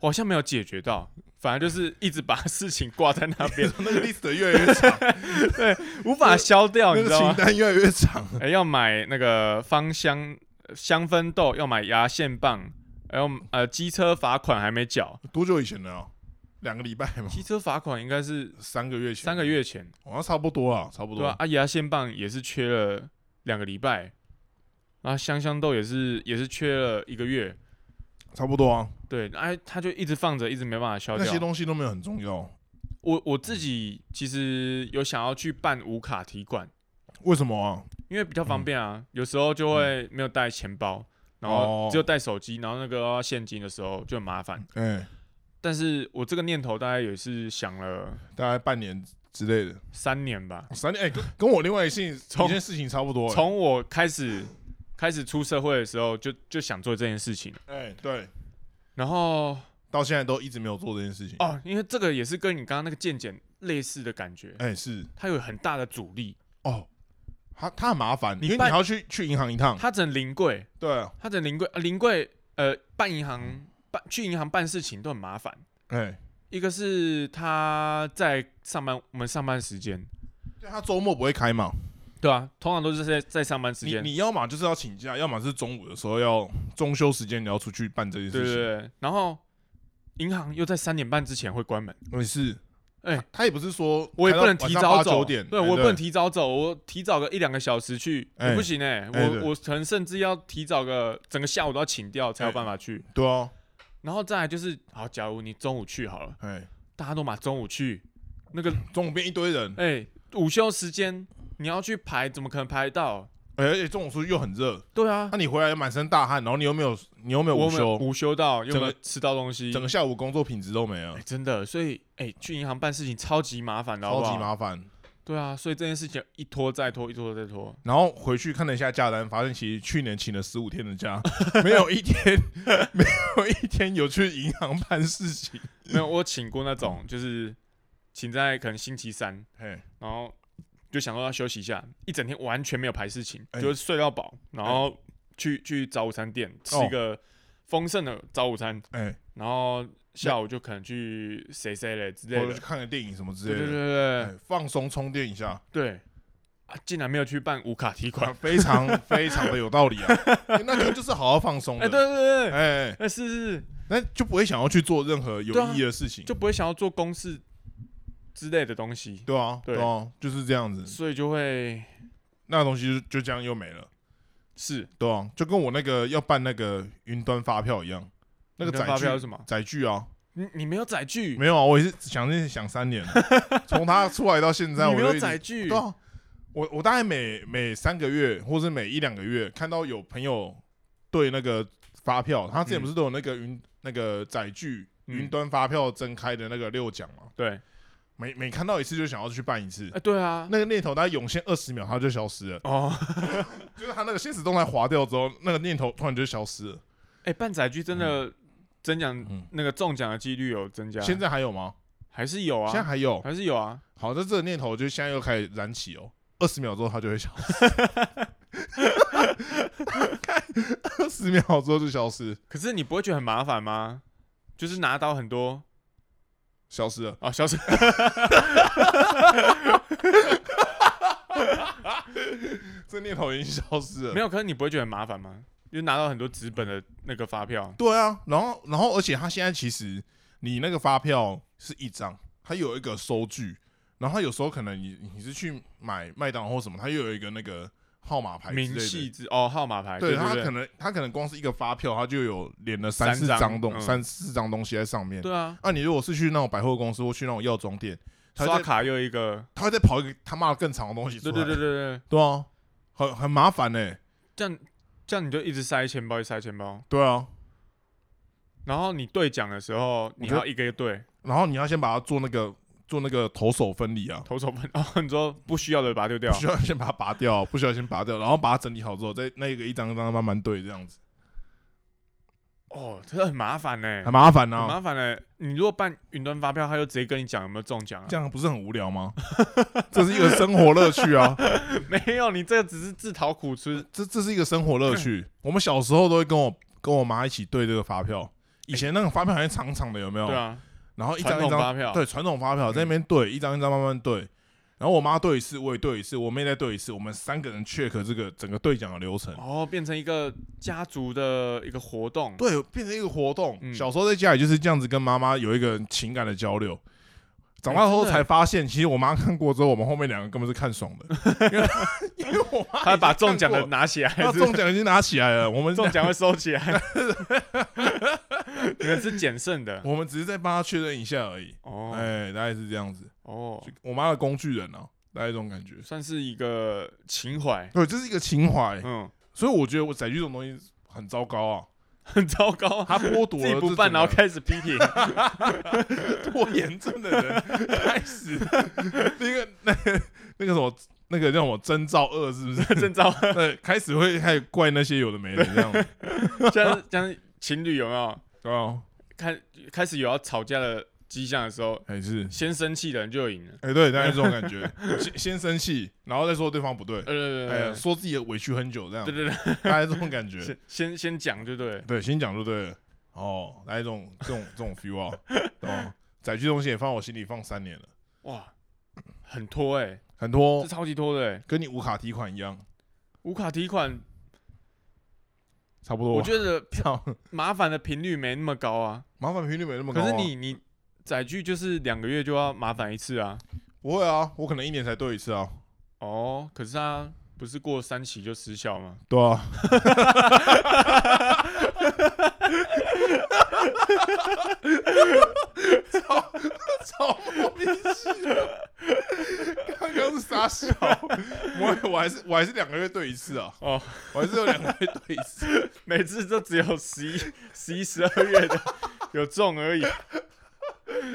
S1: 我好像没有解决到，反而就是一直把 事情挂在那边，
S2: 那个 list 越来越长，
S1: 无法消掉，
S2: 那
S1: 你
S2: 个
S1: 知道
S2: 清
S1: 吗？
S2: 单越来越长，
S1: 哎、要买那个芳香呃香氛豆，要买牙线棒，还有呃机车罚款还没缴，
S2: 多久以前了、啊？两个礼拜嘛，
S1: 机车罚款应该是
S2: 三个月前，
S1: 三个月前，
S2: 好像差不多啊，差不
S1: 对
S2: 多
S1: 啊，。啊牙线棒也是缺了两个礼拜，啊香香豆也是也是缺了一个月，
S2: 差不多啊，
S1: 对，哎、它就一直放着，一直没办法消
S2: 那些
S1: 掉。
S2: 东西都没有很重要，
S1: 我我自己其实有想要去办无卡提款，
S2: 为什么啊？
S1: 因为比较方便啊，有时候就会没有带钱包，然
S2: 嗯哦
S1: 后只有带手机，然后那个要现金的时候就很麻烦。
S2: 哎、
S1: 但是我这个念头大概也是想了
S2: 大概半年之类的，
S1: 三年吧，
S2: 三年，哎、跟跟我另外一件
S1: 从
S2: 一件事情差不多、哎
S1: 从我开始开始出社会的时候就就想做这件事情，
S2: 哎、对，
S1: 然后
S2: 到现在都一直没有做这件事情。
S1: 哦，因为这个也是跟你刚刚那个健检类似的感觉，
S2: 哎、是
S1: 它有很大的阻力，
S2: 哦，他他很麻烦，
S1: 你
S2: 因为你
S1: 办
S2: 还要去去银行一趟。
S1: 它整临柜，
S2: 对啊，
S1: 它整临柜，呃临柜呃办银
S2: 嗯
S1: 行办去银行办事情都很麻烦。
S2: 哎、
S1: 一个是他在上班，我们上班时间，
S2: 对他周末不会开嘛？
S1: 对啊，通常都是在在上班时
S2: 你
S1: 间，
S2: 你要嘛就是要请假，要么是中午的时候要中休时间你要出去办这件
S1: 对对
S2: 事情。
S1: 对。然后银行又在三点半之前会关门，
S2: 对，是。
S1: 哎
S2: 他他也不是说
S1: 我也
S2: 开
S1: 不
S2: 到
S1: 能提
S2: 晚上
S1: 早
S2: 八
S1: 走，
S2: 九点，
S1: 对
S2: 哎
S1: 我也不能提早走，我提早个一两个小时去也
S2: 哎
S1: 不行哎，
S2: 哎对
S1: 我我可能甚至要提早个整个下午都要请掉才有办法去。
S2: 对啊，
S1: 然后再来就是，好，假如你中午去好了，
S2: 哎、
S1: 大家都嘛中午去，那个
S2: 中午变一堆人，
S1: 哎午休时间你要去排，怎么可能排得到？
S2: 哎而且中午出去又很热，
S1: 对啊
S2: 那、，你回来满身大汗，然后你又没有你又没有
S1: 我
S2: 午
S1: 们
S2: 休，
S1: 午休到有没
S2: 整
S1: 有
S2: 个
S1: 吃到东西？
S2: 整个下午工作品质都没有
S1: 哎、，真的，所以哎、去银行办事情超级麻烦的，好
S2: 超
S1: 不好
S2: 级麻烦。
S1: 对啊，所以这件事情一拖再拖，一拖再拖。
S2: 然后回去看了一下假单，发现其实去年请了十五天的假， 没有一天 没有一天有去银行办事情。
S1: 没有，我请过那种，就是请在可能星期三，
S2: 嘿，
S1: 然后就想说要休息一下，一整天完全没有排事情，
S2: 哎
S1: 就是睡到饱，然后去、去早午餐店吃
S2: 哦
S1: 一个丰盛的早午餐，
S2: 哎，
S1: 然后下午就可能去谁谁嘞之
S2: 或
S1: 类
S2: 者
S1: 的
S2: 去。看个电影什么之
S1: 对
S2: 类
S1: 对对对
S2: 的，
S1: 对
S2: 哎放松充电一下，
S1: 对啊！竟然没有去办无卡提款
S2: 啊，非常非常的有道理 啊。哎那天就是好好放松
S1: 哎、
S2: 的，
S1: 对对对对，哎、
S2: 哎，哎
S1: 是是是。
S2: 那就不会想要去做任何有
S1: 对啊
S2: 意义的事情，
S1: 就不会想要做公事之类的东西，
S2: 对啊，
S1: 对
S2: 对啊，就是这样子。
S1: 所以就会
S2: 那个东西就就这样又没了。
S1: 是
S2: 对啊，就跟我那个要办那个云端发票一样，那个
S1: 你的
S2: 载
S1: 发票是
S2: 具
S1: 什么？
S2: 载具啊，
S1: 你你没有载具，
S2: 没有啊，我也是想这想 三年了，从他出来到现在，
S1: 你
S2: 我
S1: 没
S2: 就
S1: 有
S2: 一
S1: 载
S2: 直
S1: 具
S2: 对，啊，我我大概每每三个月或是每一两个月看到有朋友对那个发票，他之前
S1: 嗯
S2: 不是都有那个云、那个载具
S1: 嗯
S2: 云端发票增开的那个六奖嘛，
S1: 对，
S2: 每每看到一次就想要去办一次。
S1: 哎对啊，
S2: 那个念头大概涌现二十秒，它就消失了。
S1: 哦，
S2: 就是他那个现实动态划掉之后，那个念头突然就消失了。
S1: 哎办载具真的增奖
S2: 嗯，
S1: 那个中奖的几率有增加，
S2: 现在还有吗？
S1: 还是啊有
S2: 现在
S1: 啊，
S2: 还有。
S1: 还是有啊，
S2: 好，那这个念头就现在又开始燃起哦。二十秒之后，它就会消失。二十秒之后就消失，
S1: 可是你不会觉得很麻烦吗？就是拿到很多
S2: 消失了。
S1: 哦，小 沈，
S2: 这念头已经消失了。
S1: 没有，可是你不会觉得很麻烦吗？就拿到很多纸本的那个发票，
S2: 对啊，然后然后，而且他现在其实你那个发票是一张，它有一个收据，然后它有时候可能你你是去买麦当劳或什么，它又有一个那个号码牌之类
S1: 明
S2: 的
S1: 细之哦号码牌，
S2: 对
S1: 对
S2: 他
S1: 对
S2: 可能他可能光是一个发票，他就有连了
S1: 三
S2: 四
S1: 张
S2: 张东
S1: 嗯
S2: 三四张东西在上面。
S1: 对啊，
S2: 啊，你如果是去那种百货公司或去那种药妆店，他
S1: 刷
S2: 会再
S1: 卡又一个，
S2: 他会再跑一个他妈的更长的东西出
S1: 对
S2: 来。
S1: 对对对对。
S2: 对啊，很很麻烦呢、欸
S1: 这样这样你就一直塞钱包，一直塞钱包，
S2: 对啊，
S1: 然后你兑奖的时候，你
S2: 觉
S1: 还要
S2: 得
S1: 一个一个兑，
S2: 然后你要先把它做那个做那个投手分离啊，
S1: 投手分，然后 你说不需要的把它丢掉
S2: 不，需要先把它拔掉，啊不需要先拔掉，然后把它整理好之后，再那个一张一张慢慢对这样子，
S1: 哦，这很麻烦呢、
S2: 很麻烦
S1: 很
S2: 啊。
S1: 麻烦呢、你如果办云端发票，他就直接跟你讲有没有中奖、啊
S2: 这，样不是很无聊吗？这是一个生活乐趣啊。
S1: 没有，你这个只是自讨苦吃。
S2: 这这是一个生活乐趣。我们小时候都会跟我跟我妈一起对这个发票，以前那个发票还是长长的，有没有？
S1: 对啊，
S2: 哦然后一
S1: 传
S2: 张
S1: 统
S2: 一张
S1: 发票，嗯
S2: 对传统发票在那边对，一张一张慢慢对。然后我妈对一次，我也对一次，我妹再对一次，我们三个人 check 这个整个兑奖的流程。
S1: 哦，变成一个家族的一个活动，
S2: 对，变成一个活动。
S1: 嗯
S2: 小时候在家里就是这样子跟妈妈有一个情感的交流。长大
S1: 哎
S2: 后
S1: 真的
S2: 才发现，其实我妈看过之后，我们后面两个根本是看爽 的，因为因为我
S1: 他
S2: 妈已经
S1: 把
S2: 看
S1: 中奖的
S2: 过
S1: 拿起来，
S2: 她
S1: 是不是
S2: 中奖已经拿起来了，我们
S1: 中奖会收起来。你们是捡剩的
S2: 我们只是在帮她确认一下而已。
S1: 哦
S2: 哎，大概是这样子。
S1: 哦，
S2: 就我妈的工具人啊，大概这种感觉。
S1: 算是一个情怀。
S2: 对，这是一个情怀，
S1: 嗯，
S2: 所以我觉得我载具这种东西很糟糕啊，
S1: 很糟糕啊，
S2: 它剥夺
S1: 自
S2: 了
S1: 己
S2: 这
S1: 不
S2: 整
S1: 办，
S2: 个
S1: 然后开始批评。
S2: 拖延症的人开始， 那个那个那个什么，那个叫什么征兆二是 不是？
S1: 正招，
S2: 对，开始会开始怪那些有的没的这样子，
S1: 像像情侣有没有
S2: 对啊，
S1: 开开始有要吵架的迹象的时候，
S2: 还是
S1: 先生气的人就赢了。
S2: 哎，对，大概是这种感 觉，先先生气，然后再说对方不对，哎，
S1: 呃，
S2: 说自己委屈很久这样
S1: 对，对对，
S2: 大概这种感觉，
S1: 先先先讲就对了。
S2: 对，先讲就对了，哦，大概这种这种这种 feel 啊，哦，载具东西也放我心里放三年了，
S1: 哇，很拖哎，
S2: 很多
S1: 这超级拖的哎，
S2: 跟你无卡提款一样，
S1: 无卡提款，
S2: 差不多吧，
S1: 我觉得
S2: 得
S1: 麻烦的频率没那么高啊。
S2: 麻烦频率没那么高
S1: 可
S2: 啊，
S1: 是你你载具就是两个月就要麻烦一次啊。
S2: 不会啊，我可能一年才对一次啊。
S1: 哦，可是它不是过三期就失效 吗？
S2: 对啊。操操莫名其妙！刚刚是傻笑，我我还是我还是两个月对一次啊。
S1: 哦，
S2: 我还是有两个月 对一次。
S1: 每次都只有十一、十一、十二月的有中而已，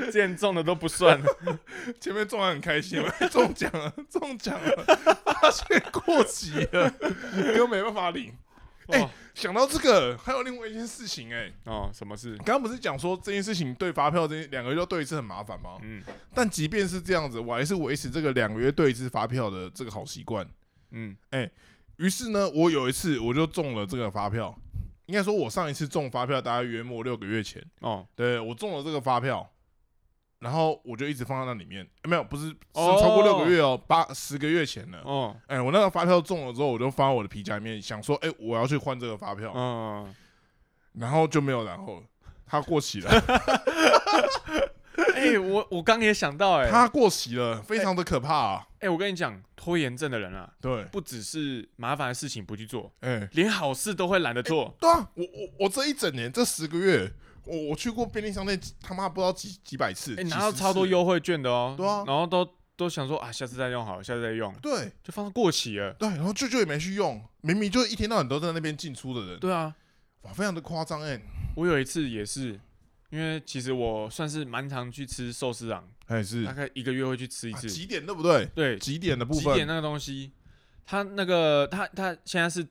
S1: 之前中的都不算。
S2: 前面中还很开心，中奖了，中奖了，发现过期了，又没办法领。哎
S1: 哇
S2: 想到这个，还有另外一件事情、哎，
S1: 哦，什么事？
S2: 刚刚不是讲说这件事情对发票这件两个月都对一次很麻烦吗？
S1: 嗯
S2: 但即便是这样子，我还是维持这个两个月对一次发票的这个好习惯。
S1: 嗯，
S2: 于是呢，我有一次我就中了这个发票，应该说我上一次中发票大概约莫六个月前，
S1: 哦
S2: 对我中了这个发票，然后我就一直放在那里面，哎没有，不是是
S1: 哦
S2: 超过六个月哦，八十个月前了。
S1: 哦
S2: 哎、我那个发票中了之后，我就放在我的皮夹里面，想说，哎、我要去换这个发票，
S1: 嗯，
S2: 然后就没有然后了，它过 期了。
S1: 哎，我我刚也想到，哎，
S2: 它过期了，非常的可怕、啊。
S1: 哎，我跟你讲，拖延症的人啊，
S2: 对，
S1: 不只是麻烦的事情不去做，
S2: 哎、
S1: 连好事都会懒得做。
S2: 对啊，我我我这一整年这十个月，我我去过便利商店，他妈不知道几几百次，
S1: 哎，
S2: 几
S1: 拿到
S2: 十
S1: 超多
S2: 次。
S1: 优惠券的哦，
S2: 对啊
S1: 然后都都想说啊，下次再用好了，下次再用，
S2: 对
S1: 就放到过期了。
S2: 对，然后舅舅也没去用，明明就一天到晚都在那边进出的人，
S1: 对啊，
S2: 哇，非常的夸张哎，
S1: 我有一次也是，因为其实我算是蛮常去吃寿司郎，
S2: 还是
S1: 大概一个月会去吃一
S2: 啊
S1: 次。
S2: 几点对不对？
S1: 对，
S2: 几点的部
S1: 几点
S2: 分？
S1: 那个东西，它那个它它现在是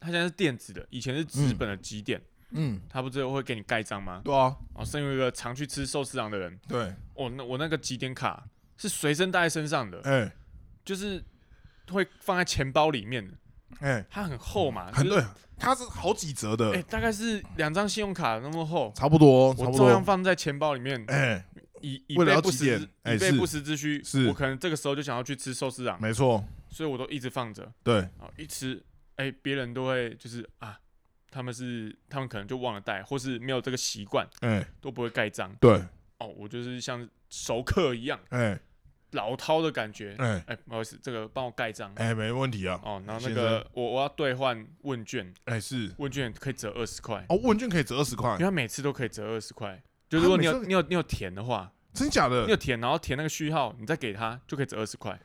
S1: 它现在是电子的，以前是纸本的几点，
S2: 嗯，
S1: 它不是会给你盖章吗？
S2: 对啊，
S1: 哦，身为一个常去吃寿司郎的人，
S2: 对，
S1: 哦，那我那个几点卡是随身带在身上的，
S2: 哎
S1: 就是会放在钱包里面的，
S2: 哎，
S1: 它很厚嘛，
S2: 很
S1: 就是
S2: 对，它是好几折
S1: 哎、
S2: 的，
S1: 大概是两张信用卡那么厚，
S2: 差不多，差
S1: 我
S2: 不
S1: 照样
S2: 多，
S1: 放在钱包里面。
S2: 哎，
S1: 以以
S2: 为了
S1: 备
S2: 要
S1: 不
S2: 几
S1: 时
S2: 点
S1: 之
S2: 哎
S1: 以备
S2: 是
S1: 不时之需，
S2: 是
S1: 我可能这个时候就想要去吃寿司郎，
S2: 没错，
S1: 所以我都一直放着，
S2: 对，
S1: 啊，一吃，哎、别人都会就是啊，他们是他们可能就忘了带，或是没有这个习惯，
S2: 哎，
S1: 都不会盖章。
S2: 对，
S1: 哦，我就是像熟客一样，
S2: 哎
S1: 老饕的感觉。哎、
S2: 哎
S1: 不好意思，这个帮我盖章。
S2: 哎，没问题啊，
S1: 哦，然后那
S2: 先
S1: 个我我要兑换问卷，
S2: 哎是，
S1: 问卷可以折二十块，
S2: 哦，问卷可以折二十块
S1: 因为，他每次都可以折二十块。就如果你
S2: 每
S1: 有
S2: 次
S1: 你有你有填的话，
S2: 真假的
S1: 你？有填，然后填那个序号，你再给他就可以折二十块，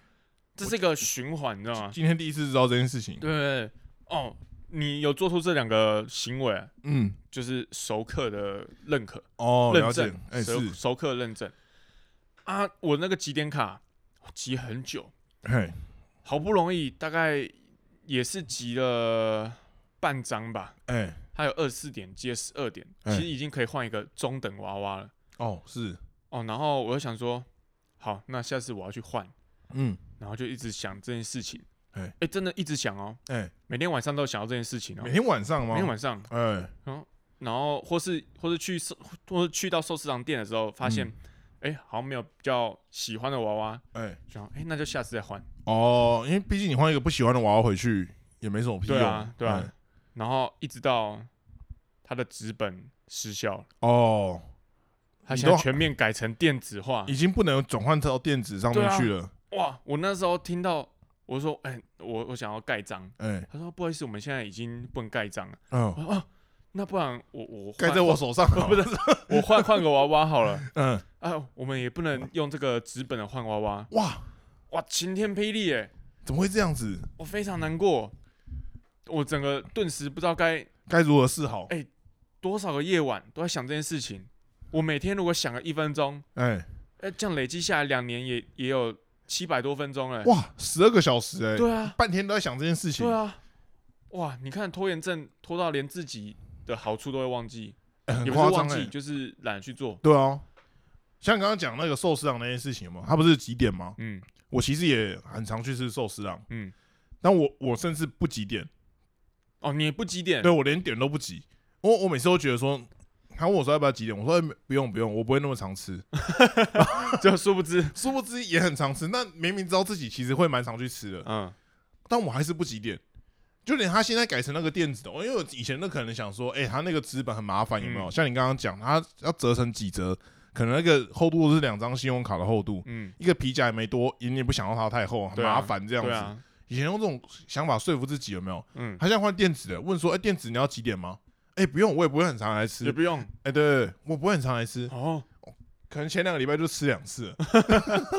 S1: 这是一个循环，你知道吗？
S2: 今天第一次知道这件事情。
S1: 对对对，哦，你有做出这两个行为，
S2: 嗯，
S1: 就是熟客的认可、
S2: 哦，了
S1: 认
S2: 解
S1: 证，，
S2: 哎、
S1: 熟
S2: 是，
S1: 熟客认证啊。我那个集点卡我集很久，
S2: 嘿，
S1: 好不容易大概也是集了半张吧，
S2: 哎、
S1: 还有二十四点接十二点，
S2: 哎
S1: 其实已经可以换一个中等娃娃了。
S2: 哦，是，
S1: 哦，然后我就想说，好，那下次我要去换，
S2: 嗯，
S1: 然后就一直想这件事情。
S2: 哎
S1: 哎，真的一直想哦，
S2: 哎、
S1: 每天晚上都想到这件事情哦，
S2: 每天晚上吗？
S1: 每天晚上
S2: 哎、嗯
S1: 然后或是或是去寿，或是去到寿司郎店的时候，发现、哎、好像没有比较喜欢的娃娃，
S2: 哎、
S1: 然后哎，那就下次再换。
S2: 哦，因为毕竟你换一个不喜欢的娃娃回去也没什么屁用，
S1: 对啊，对啊。
S2: 嗯
S1: 然后一直到他的纸本失效了，
S2: 哦，
S1: 他
S2: 你
S1: 现在
S2: 都
S1: 全面改成电子化。
S2: 已经不能转换到电子上
S1: 对
S2: 面
S1: 啊
S2: 去了，
S1: 哇！我那时候听到，我说：“哎、我我想要盖章。
S2: 哎、”
S1: 他说：“不好意思，我们现在已经不能盖章了。”
S2: 嗯，
S1: 我说：“啊，那不然我我
S2: 盖
S1: 换
S2: 在我手上好了，
S1: 不是 我换换个娃娃好了。
S2: 嗯，
S1: 啊，我们也不能用这个纸本的换娃娃。
S2: 哇，
S1: 哇，晴天霹雳耶！
S2: 怎么会这样子？
S1: 我非常难过，我整个顿时不知道该
S2: 该如何是好？
S1: 哎多少个夜晚都在想这件事情。我每天如果想个一分钟，
S2: 哎、
S1: 哎、这样累积下来两年也也有七百多分钟哎。
S2: 哇，十二个小时、哎，
S1: 对啊，
S2: 半天都在想这件事情，
S1: 对啊，哇！你看拖延症拖到连自己的好处都会忘记，
S2: 哎很
S1: 也不
S2: 夸
S1: 是
S2: 张
S1: 忘
S2: 哎、
S1: 记，就是懒得去做。
S2: 对啊，像刚刚讲那个寿司郎那件事情嘛，它不是几点吗？
S1: 嗯
S2: 我其实也很常去吃寿司郎，
S1: 嗯，
S2: 但我我甚至不几点，
S1: 哦，你也不几点
S2: 对？我连点都不急。我我每次都觉得说，他问我说要不要几点，我说、哎不用不用，我不会那么常吃。
S1: 嗯就殊不知，
S2: 殊不知也很常吃，那明明知道自己其实会蛮常去吃的，
S1: 嗯
S2: 但我还是不几点。就连他现在改成那个电子的，因为我以前那可能想说，哎、他那个纸本很麻烦，有没有？
S1: 嗯
S2: 像你刚刚讲，他要折成几折，可能那个厚度是两张信用卡的厚度，
S1: 嗯，
S2: 一个皮夹也没多，你也不想要它太厚，很
S1: 对啊
S2: 麻烦这样
S1: 对
S2: 子。
S1: 啊，
S2: 以前用这种想法说服自己，有没有？
S1: 嗯，
S2: 他现在换电子的，问说：“哎、电子你要几点吗？”哎、不用，我也不会很常来吃。
S1: 也
S2: 哎、
S1: 不用
S2: 对对，我不会很常来吃，
S1: 哦，
S2: 可能前两个礼拜就吃 两次了，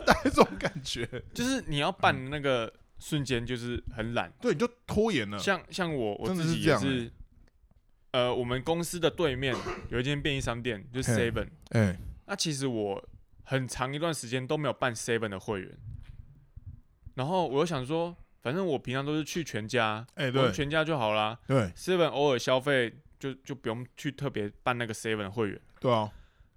S2: 大概这种感觉。
S1: 就是你要办的那个瞬间就是很懒，
S2: 对，你就拖延了。
S1: 像像我我
S2: 嗯真的
S1: 自己
S2: 是这
S1: 也
S2: 样
S1: 是，呃，我们公司的对面有一间便利商店，就是
S2: 嘿
S1: Seven。
S2: 哎、
S1: 那其实我很长一段时间都没有办 Seven 的会员，然后我又想说，反正我平常都是去全家，
S2: 哎、
S1: 我
S2: 对
S1: 们全家就好啦。
S2: 对
S1: Seven 偶尔消费就就不用去特别办那个 Seven 的会员。
S2: 对啊，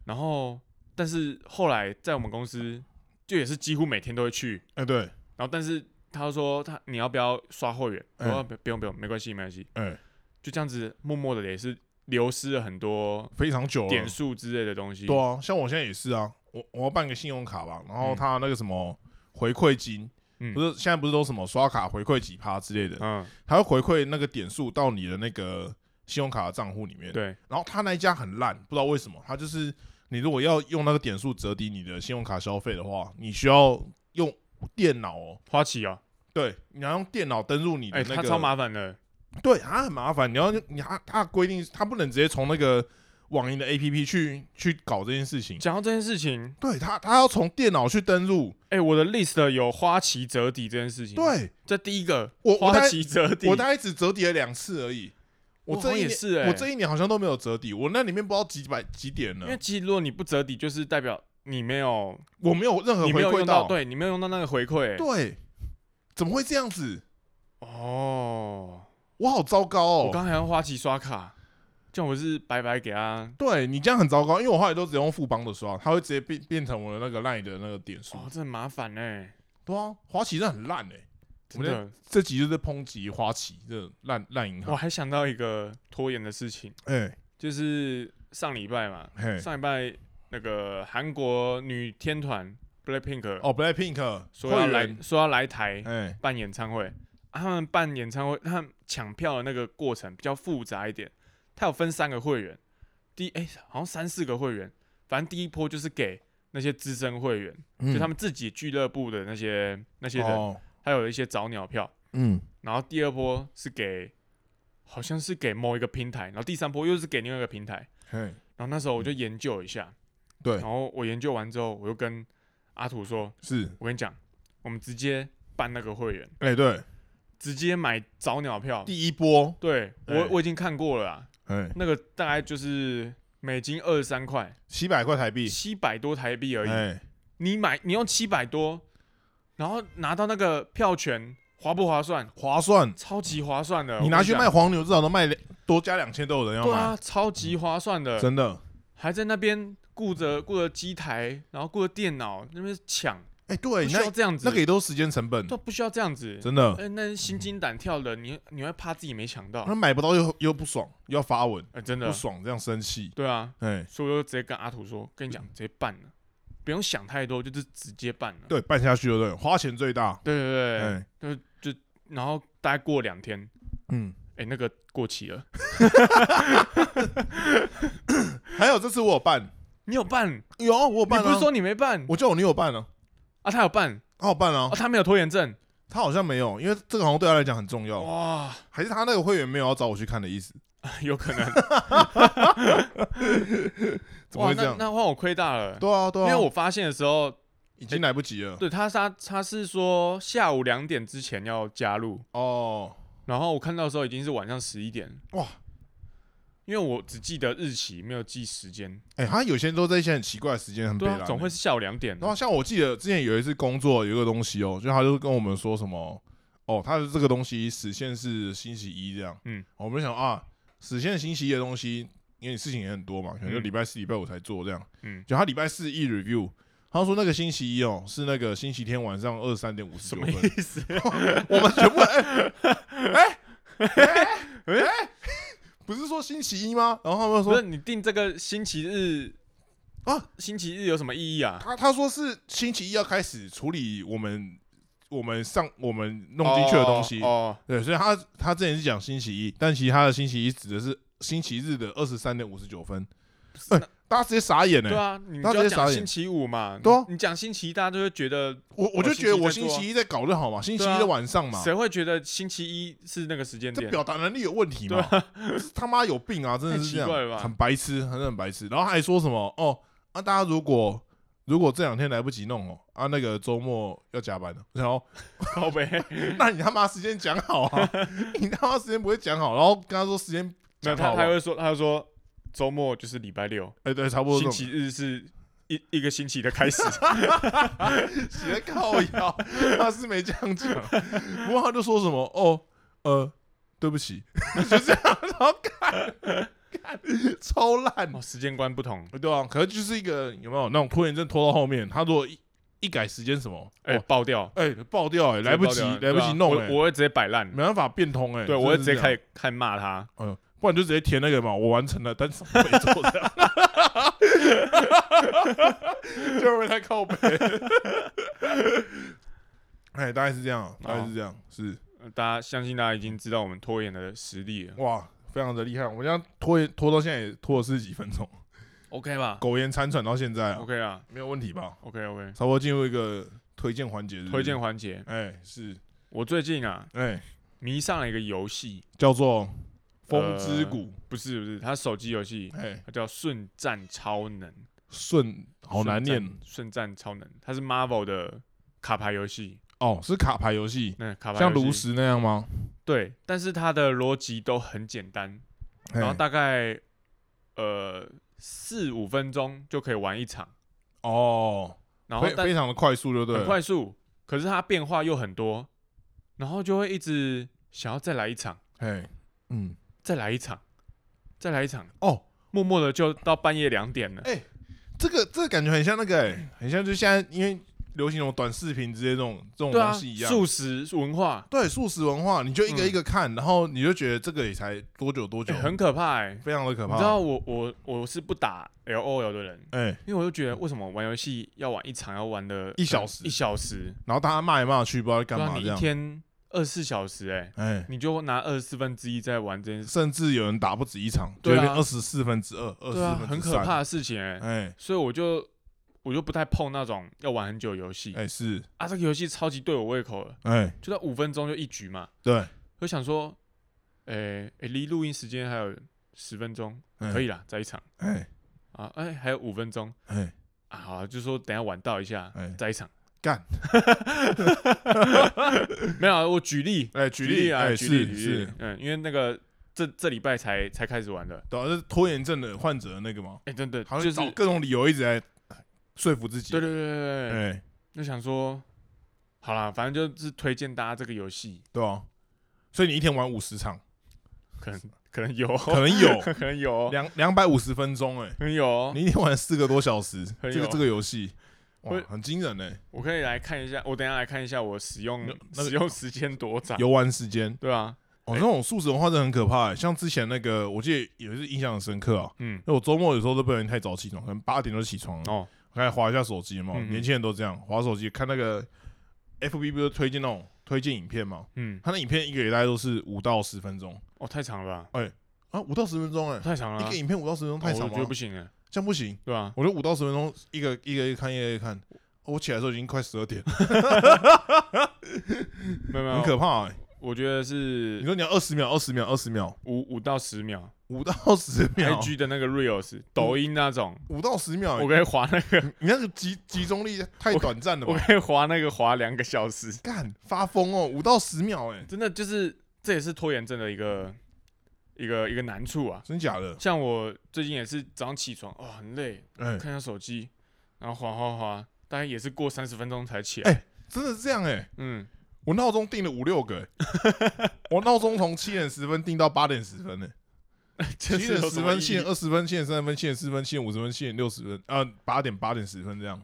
S1: 然后，但是后来在我们公司就也是几乎每天都会去，
S2: 哎、对，
S1: 然后但是他说他你要不要刷会员？我
S2: 嗯
S1: 说不不用不用，没关系没关系，
S2: 哎、
S1: 就这样子默默的也是流失了很多
S2: 非常久了。
S1: 点数之类的东西。
S2: 对啊，像我现在也是啊，我我要办个信用卡吧，然后
S1: 嗯
S2: 他那个什么回馈金，
S1: 嗯
S2: 不是现在不是都什么刷卡回馈几趴之类的，
S1: 嗯，
S2: 他会回馈那个点数到你的那个信用卡的账户里面。
S1: 对，
S2: 然后他那一家很烂，不知道为什么，他就是你如果要用那个点数折抵你的信用卡消费的话，你需要用电脑哦，
S1: 花旗哦，
S2: 对，你要用电脑登入你的
S1: 哎，
S2: 那
S1: 他
S2: 个，
S1: 超麻烦的，
S2: 对，他很麻烦，你要你他他规定他不能直接从那个网银的 APP 去去搞这件事情，
S1: 讲到这件事情，
S2: 对他他要从电脑去登入，
S1: 哎，我的 list 有花旗折抵这件事情。，
S2: 对
S1: 这第一个，
S2: 我我
S1: 花
S2: 大
S1: 旗折抵，
S2: 我大概只折抵了两次而已，我
S1: 好像
S2: 这一
S1: 也
S2: 年
S1: 是哎，
S2: 我这一年好像都没有折抵，我那里面不知道几百几点
S1: 因
S2: 了
S1: 为，其实如果你不折抵，就是代表你没有
S2: 我没有任何
S1: 你
S2: 呃回
S1: 没有
S2: 馈
S1: 用到，对你没有用到那个回馈。哎
S2: 对，怎么会这样子？
S1: 哦，
S2: 我好糟糕哦！
S1: 我刚还用花旗刷卡，这样我是白白给他。
S2: 对你这样很糟糕，因为我后来都只用富邦的刷，它会直接变变成我的那个赖的那个点数。
S1: 哦，这很麻烦哎。
S2: 对啊，花旗真的很烂哎、
S1: 真的，
S2: 这集就是抨击花旗这烂烂银
S1: 我
S2: 行。
S1: 还想到一个拖延的事情，
S2: 哎
S1: 就是上礼拜嘛，
S2: 嘿，
S1: 上礼拜那个韩国女天团 BLACKPINK
S2: 哦，BLACKPINK
S1: 说要
S2: 会
S1: 来
S2: 员，
S1: 说要来台
S2: 哎
S1: 办演唱会，啊他们办演唱会，他们抢票的那个过程比较复杂一点，他有分三个会员，第哎、好像三四个会员，反正第一波就是给那些资深会员，
S2: 嗯
S1: 就他们自己俱乐部的那些那些人，
S2: 哦，
S1: 还有一些早鸟票。
S2: 嗯，
S1: 然后第二波是给，好像是给某一个平台，然后第三波又是给另外一个平台。
S2: 嘿，
S1: 然后那时候我就研究一下，
S2: 嗯对
S1: 然后我研究完之后，我就跟阿土说
S2: 是，：“
S1: 我跟你讲，我们直接办那个会员，
S2: 哎对，
S1: 直接买早鸟票。
S2: 第一波，
S1: 对”
S2: 哎
S1: 我我已经看过了啦，
S2: 哎，
S1: 那个大概就是美金二十三块，
S2: 七百块台币，
S1: 七百多台币而已。
S2: 哎，
S1: 你买你用七百多，然后拿到那个票权，划不划算？
S2: 划算。
S1: 超级划算的，呃
S2: 你
S1: 我
S2: 拿
S1: 跟
S2: 去
S1: 讲
S2: 卖黄牛，至少都卖两多加两千都有人要
S1: 对
S2: 买，
S1: 啊，超级划算的，
S2: 真的。
S1: 还在那边顾着顾着机台，然后顾着电脑那边抢，
S2: 哎，
S1: 不
S2: 对，
S1: 需
S2: 那
S1: 要这样子，
S2: 那个也都是时间成本，
S1: 都不需要这样子。
S2: 真的。
S1: 哎，那心惊胆跳的，你你会怕自己没抢到
S2: 那，买不到又又不爽，又要发文，
S1: 哎，真
S2: 不
S1: 的，
S2: 爽这样生气，
S1: 对啊，
S2: 哎，
S1: 所以我就直接跟阿土说，跟你讲，直接办了，不用想太多，就是直接办了。
S2: 对，办下去就对了，花钱最大。
S1: 对对
S2: 哎，
S1: 对，就就然后大概过两天，
S2: 嗯，
S1: 哎，那个过期了。
S2: 还有这次我有办，
S1: 你有办？你
S2: 有我有办、啊，
S1: 不是说你没办
S2: 我就有你有办啊？
S1: 啊？他有办
S2: 他有办啊
S1: 哦，，他没有拖延症。
S2: 他好像没有，因为这个好像对他来讲很重要，
S1: 哇，
S2: 还是他那个会员没有要找我去看的意思？
S1: 有可能。
S2: 怎么
S1: 哇，
S2: 会这
S1: 那
S2: 样？
S1: 那换我亏大了。
S2: 对啊，对
S1: 因
S2: 啊，
S1: 为我发现的时候，
S2: 已经来不及了。
S1: 对他他他是说下午两点之前要加入，
S2: 哦，
S1: 然后我看到的时候已经是晚上十一点。
S2: 哇，
S1: 因为我只记得日期，没有记时间。
S2: 哎、他有些人都在一些很奇怪的时间，很悲
S1: 对
S2: 哀、
S1: 啊，总会是下午两点。
S2: 然后像我记得之前有一次工作有一个东西哦，就他就跟我们说什么哦，他的这个东西实现是星期一这样，
S1: 嗯，
S2: 我们就想啊，实现星期一的东西，因为你事情也很多嘛，可能就
S1: 嗯
S2: 礼拜四、礼拜五才做这样，
S1: 嗯，
S2: 就他礼拜四一 review，他说那个星期一哦是那个星期天晚上二十三点五十
S1: 什
S2: 九
S1: 么
S2: 分，
S1: 意思？
S2: 我们全部哎哎 哎哎，不是说星期一吗？然后他们
S1: 不是
S2: 说
S1: 你定这个星期日
S2: 啊，
S1: 星期日有什么意义啊？
S2: 他他说是星期一要开始处理我们我们上我们弄进去的东西，
S1: 哦，
S2: 对，所以他他之前是讲星期一，但其实他的星期一指的是星期日的二十三点五十九分，哎、大家直接傻眼了、欸
S1: 对啊，你
S2: 大
S1: 就
S2: 家直
S1: 要
S2: 接
S1: 讲
S2: 傻眼
S1: 星期五嘛，
S2: 对啊
S1: 你讲星期一，大家就会觉得
S2: 我我就觉得我
S1: 我
S2: 星
S1: 星
S2: 期
S1: 期
S2: 一在搞就好嘛，星期
S1: 啊对
S2: 一
S1: 啊
S2: 的晚上嘛，
S1: 谁会觉得星期一是那个时间
S2: 这
S1: 点？啊
S2: 表达能力有问题嘛？这他妈有病啊！真的是这
S1: 太
S2: 样，
S1: 奇怪了吧
S2: 很白痴，很很白痴。然后还说什么哦啊，大家如果如果这两天来不及弄哦啊，那个周末要加班的，然后
S1: 靠呗，
S2: 那你他妈时间讲好啊！你他妈时间不会讲好，然后跟他说时间
S1: 没有
S2: 讲
S1: 他
S2: 好
S1: 他
S2: 吧，
S1: 会说，他说周末就是礼拜六，
S2: 哎、对，差不多
S1: 星
S2: 这种
S1: 期日是一一个星期的开 始。
S2: 斜靠 腰，他是没这样讲，不过他就说什么哦，呃，对不起， 就这样，然后干干超烂
S1: 哦，，时间观不同，
S2: 对啊，可是就是一个有没有那种拖延症拖到后面，他如果一一改时间什么，
S1: 哎，
S2: 哦
S1: 爆掉，
S2: 哎、爆掉哎、来不及，
S1: 直接爆掉
S2: 来不及弄
S1: 对
S2: 哎、
S1: 啊我我会直接摆烂，
S2: 没办法变通哎、
S1: 对我会直接
S2: 开。
S1: 开开骂他。
S2: 嗯，不然就直接填那个嘛，我完成了，但是我没做这 样，就被他 靠背。哎，大概是这样，大概是这样，是
S1: 呃大家相信大家已经知道我们拖延的实力了
S2: 哇，非常的厉害。我们这样拖延拖到现在也拖了四十几分钟，
S1: ，OK 吧
S2: 苟延残喘到现在啊，
S1: ？OK 啊
S2: 没有问题吧？
S1: ，OK OK。
S2: 差不多进入一个推荐环节是不是，
S1: 推荐，环节，
S2: 哎，是，
S1: 我最近啊
S2: 哎，
S1: 迷上了一个游戏，
S2: 叫做《风之谷
S1: 不是不是，它手机游戏》，，
S2: 哎，
S1: 它叫《瞬战超能》，
S2: 顺，好难念
S1: 瞬战超能，它是 Marvel 的卡牌游戏，
S2: 哦，是卡牌游戏，
S1: 那卡牌
S2: 像
S1: 游戏
S2: 炉石那样吗？
S1: 对，但是它的逻辑都很简单，然后
S2: 哎
S1: 大概呃四五分钟就可以玩一场，
S2: 哦。
S1: 然后
S2: 非
S1: 但
S2: 非常的快速，就对了，
S1: 很快速，可是它变化又很多，然后就会一直想要再来一场，
S2: 哎，嗯，
S1: 再来一场，再来一场，
S2: 哦，
S1: 默默的就到半夜两点了
S2: 哎。这个这个感觉很像那个、哎，很像就现在因为流行那种短视频之类这种这种
S1: 对啊，
S2: 东西一样。
S1: 素食文化、
S2: 对素食文化，你就一个
S1: 嗯
S2: 一个看，然后你就觉得这个也才多久多久，
S1: 欸很可怕哎、
S2: 非常的可
S1: 你
S2: 怕。
S1: 知道我我我是不打 L O L 的人，
S2: 哎、
S1: 因为我就觉得为什么玩游戏要玩一场要玩的
S2: 一小时
S1: 一小时，
S2: 然后大家骂来骂去，不知道在干
S1: 对啊
S2: 嘛
S1: 你
S2: 这
S1: 一
S2: 样。
S1: 天二十四小时哎、
S2: 哎、
S1: 你就拿二十四分之一在玩这件事，
S2: 甚至有人打不止一场，
S1: 对啊
S2: 二十四分之二，二十
S1: 对啊，
S2: 四
S1: 很
S2: 分之
S1: 可
S2: 三。
S1: 怕的事情哎、
S2: 哎、
S1: 所以我就我就不太碰那种要玩很久的游戏、
S2: 哎、是
S1: 啊，这个游戏超级对我胃口了，
S2: 哎、
S1: 就在五分钟就一局嘛，
S2: 对，
S1: 我想说，哎、哎离、录音时间还有十分钟，
S2: 哎
S1: 可以啦，再一场
S2: 哎
S1: 啊，哎、还有五分钟。
S2: 哎
S1: 啊，好啊就说等一下晚到一下，
S2: 哎
S1: 再一场
S2: 干。
S1: 没有啊，我举例，
S2: 哎，举
S1: 例
S2: 例
S1: 啊，
S2: 哎
S1: 举例，
S2: 是
S1: 举例
S2: 是，
S1: 嗯，因为那个这这礼拜才才开始玩的，
S2: 对啊，这是拖延症的患者的那个吗？
S1: 哎，真的
S2: 好
S1: 就
S2: 像
S1: 是，
S2: 找
S1: 对
S2: 各种理由一直在说服自己。
S1: 对对对对，
S2: 哎，
S1: 就想说，好啦，反正就是推荐大家这个游戏，
S2: 对啊，所以你一天玩五十场，
S1: 可能可能有，
S2: 可能有
S1: 可哦能有，
S2: 两两百五十分钟，哎，
S1: 可能有，
S2: 你一天玩四个多小时，
S1: 很
S2: 这个
S1: 有
S2: 这个游戏，哇
S1: 我，
S2: 很惊人哎，
S1: 我可以来看一下，我等一下来看一下我使用
S2: 那那个
S1: 使用时间多长，
S2: 游玩时间，
S1: 对啊，哎
S2: 哦，那种素食文化真的很可怕哎，像之前那个，我记得也是印象很深刻啊，
S1: 嗯，
S2: 因为我周末有时候都不小心太早起床，可能八点就起床了，
S1: 哦，
S2: 开始划一下手机嘛，
S1: 嗯哼
S2: 年轻人都这样，划手机看那个 FB 不是推荐那种推荐影片嘛，
S1: 嗯，
S2: 他那影片一个礼拜都是五到十分钟
S1: 哦，太长了吧，
S2: 啊，五到十分钟哎、
S1: 太长了啊，
S2: 一个影片五到十分钟太
S1: 哦
S2: 长
S1: 我
S2: 了啊
S1: 觉得不行哎，
S2: 这样不行，
S1: 对吧？
S2: 我觉得五到十分钟一个一个一个看一个一个看，哦我起来的时候已经快十 二点了，
S1: 没有没
S2: 很
S1: 有，
S2: 可怕哎、
S1: 我觉得
S2: 你
S1: 是
S2: 说你要二十秒、二十秒、二十秒，
S1: 五五到十秒
S2: 五到十秒，嗯哦
S1: ，IG 的那个 Reels、抖音那种，
S2: 五到十秒、哎
S1: 我可以滑那个，
S2: 你那个集集中力太短暂了
S1: 我
S2: 吧？
S1: 可以滑那个滑两个小时，
S2: 干发疯哦，五到十秒哎、
S1: 真的就是这也是拖延症的一个一个一个难处啊。
S2: 真假的？
S1: 像我最近也是早上起床，哦，很累，
S2: 哎、
S1: 看一下手机，然后滑滑滑，大概也是过三十分钟才起
S2: 哎
S1: 来。
S2: 真的是这样哎、
S1: 嗯，
S2: 我闹钟定了五六个、欸， 我闹钟从七点十分定到八点十分呢、哎
S1: 这
S2: 七
S1: 是
S2: 点
S1: 有
S2: 十
S1: 什么
S2: 分、七
S1: 意
S2: 点
S1: 义
S2: 二十分、七点三十分、七点四分、七点五十分、七点六十分，呃，八点八点十分这样，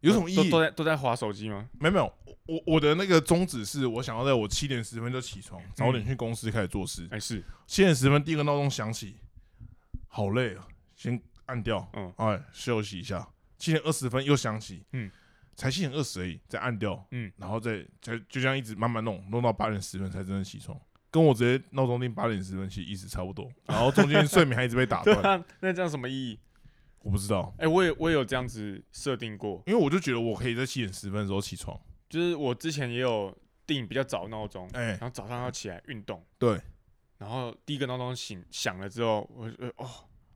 S2: 有什么意
S1: 都
S2: 义？
S1: 都在都在滑手机吗？
S2: 没有没有，我我的那个宗旨是我想要在我七点十分就起床，早
S1: 嗯
S2: 点去公司开始做事。
S1: 哎、是，
S2: 七点十分第一个闹钟响起，好累啊，先按掉，
S1: 嗯
S2: 哎，休息一下。七点二十分又响起，
S1: 嗯，
S2: 才七点二十而已，再按掉，
S1: 嗯，
S2: 然后再才就这样一直慢慢弄，弄到八点十分才真的起床，跟我直接闹钟定八点十分其实意思差不多。然后中间睡眠还一直被打
S1: 对
S2: 断，
S1: 啊，那这样什么意义？
S2: 我不知道，
S1: 哎、我也我也有这样子设定过，
S2: 因为我就觉得我可以在七点十分的时候起床，
S1: 就是我之前也有定比较早闹钟，
S2: 哎
S1: 然，后早上要起来运动，
S2: 对，
S1: 然后第一个闹钟醒响了之后，我就哦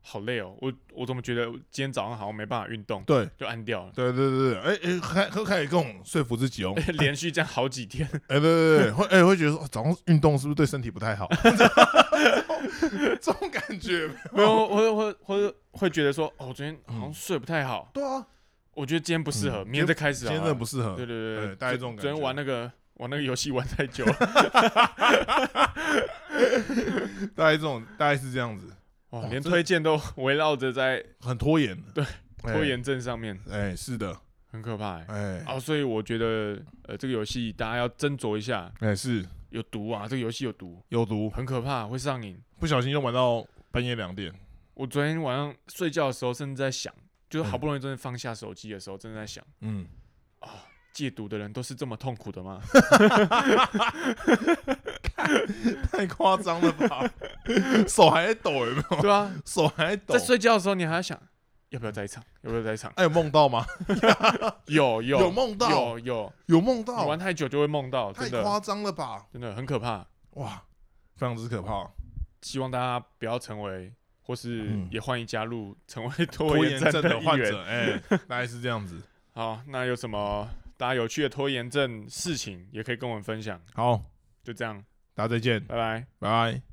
S1: 好累哦，我我怎么觉得今天早上好像没办法运动，
S2: 对，
S1: 就按掉了，
S2: 对对对对，哎、哎，还还开始跟我说服自 己哦，
S1: 连续这样好几 天，
S2: 哎、对对对，会哎、会觉得说、哦早上运动是不是对身体不 太好？这种感觉
S1: 没有会会会会觉得说哦，我昨天好像睡不太好，
S2: 对啊，
S1: 我觉得今天不适合，
S2: 嗯
S1: 明天再开始
S2: 今
S1: 好
S2: 天
S1: 了，
S2: 真的不适合
S1: 对对。对
S2: 对大概这种
S1: 昨昨
S2: 感
S1: 天
S2: 觉
S1: 玩那个玩那个游戏玩太久 了，
S2: 大概这种大概是这样子，
S1: 哇
S2: 哦
S1: 连
S2: 这
S1: 推荐都 围绕着在
S2: 很拖延。
S1: 对
S2: 哎，
S1: 拖延症上面，
S2: 哎、是的，
S1: 很可怕、欸。
S2: 哎、
S1: 哦，所以我觉得，呃，这个游戏大家要斟酌一下，
S2: 哎、是
S1: 有毒啊！这个游戏有毒，
S2: 有毒，
S1: 很可怕，会上瘾。
S2: 不小心就玩到半夜两点。
S1: 我昨天晚上睡觉的时候，甚至在想，就是好
S2: 嗯
S1: 不容易真的放下手机的时候，真的在想，
S2: 嗯，
S1: 戒毒的人都是这么痛苦的吗？
S2: 太夸张了 吧？手还在抖，有没有？
S1: 对 啊，
S2: 手还在抖
S1: 在。睡觉的时候你还要想，要不要再一场？要不要再一场？
S2: 哎、有梦到吗？
S1: 有有
S2: 有梦到
S1: 有有，
S2: 有梦
S1: 你
S2: 到
S1: 玩，太久就会梦到，
S2: 太
S1: 真
S2: 夸
S1: 的
S2: 张了吧？
S1: 真的很可怕。
S2: 哇，非常之可怕。
S1: 希望大家不要成为，或是
S2: 嗯
S1: 也欢迎加入成为拖
S2: 拖
S1: 延
S2: 延
S1: 症
S2: 症
S1: 的
S2: 的
S1: 一
S2: 患
S1: 员
S2: 者，哎、 大概是这样子。
S1: 好，那有什么大家有趣的拖延症事情，也可以跟我们分享。
S2: 好，
S1: 就这样，
S2: 大家再见，
S1: 拜拜。
S2: 拜拜。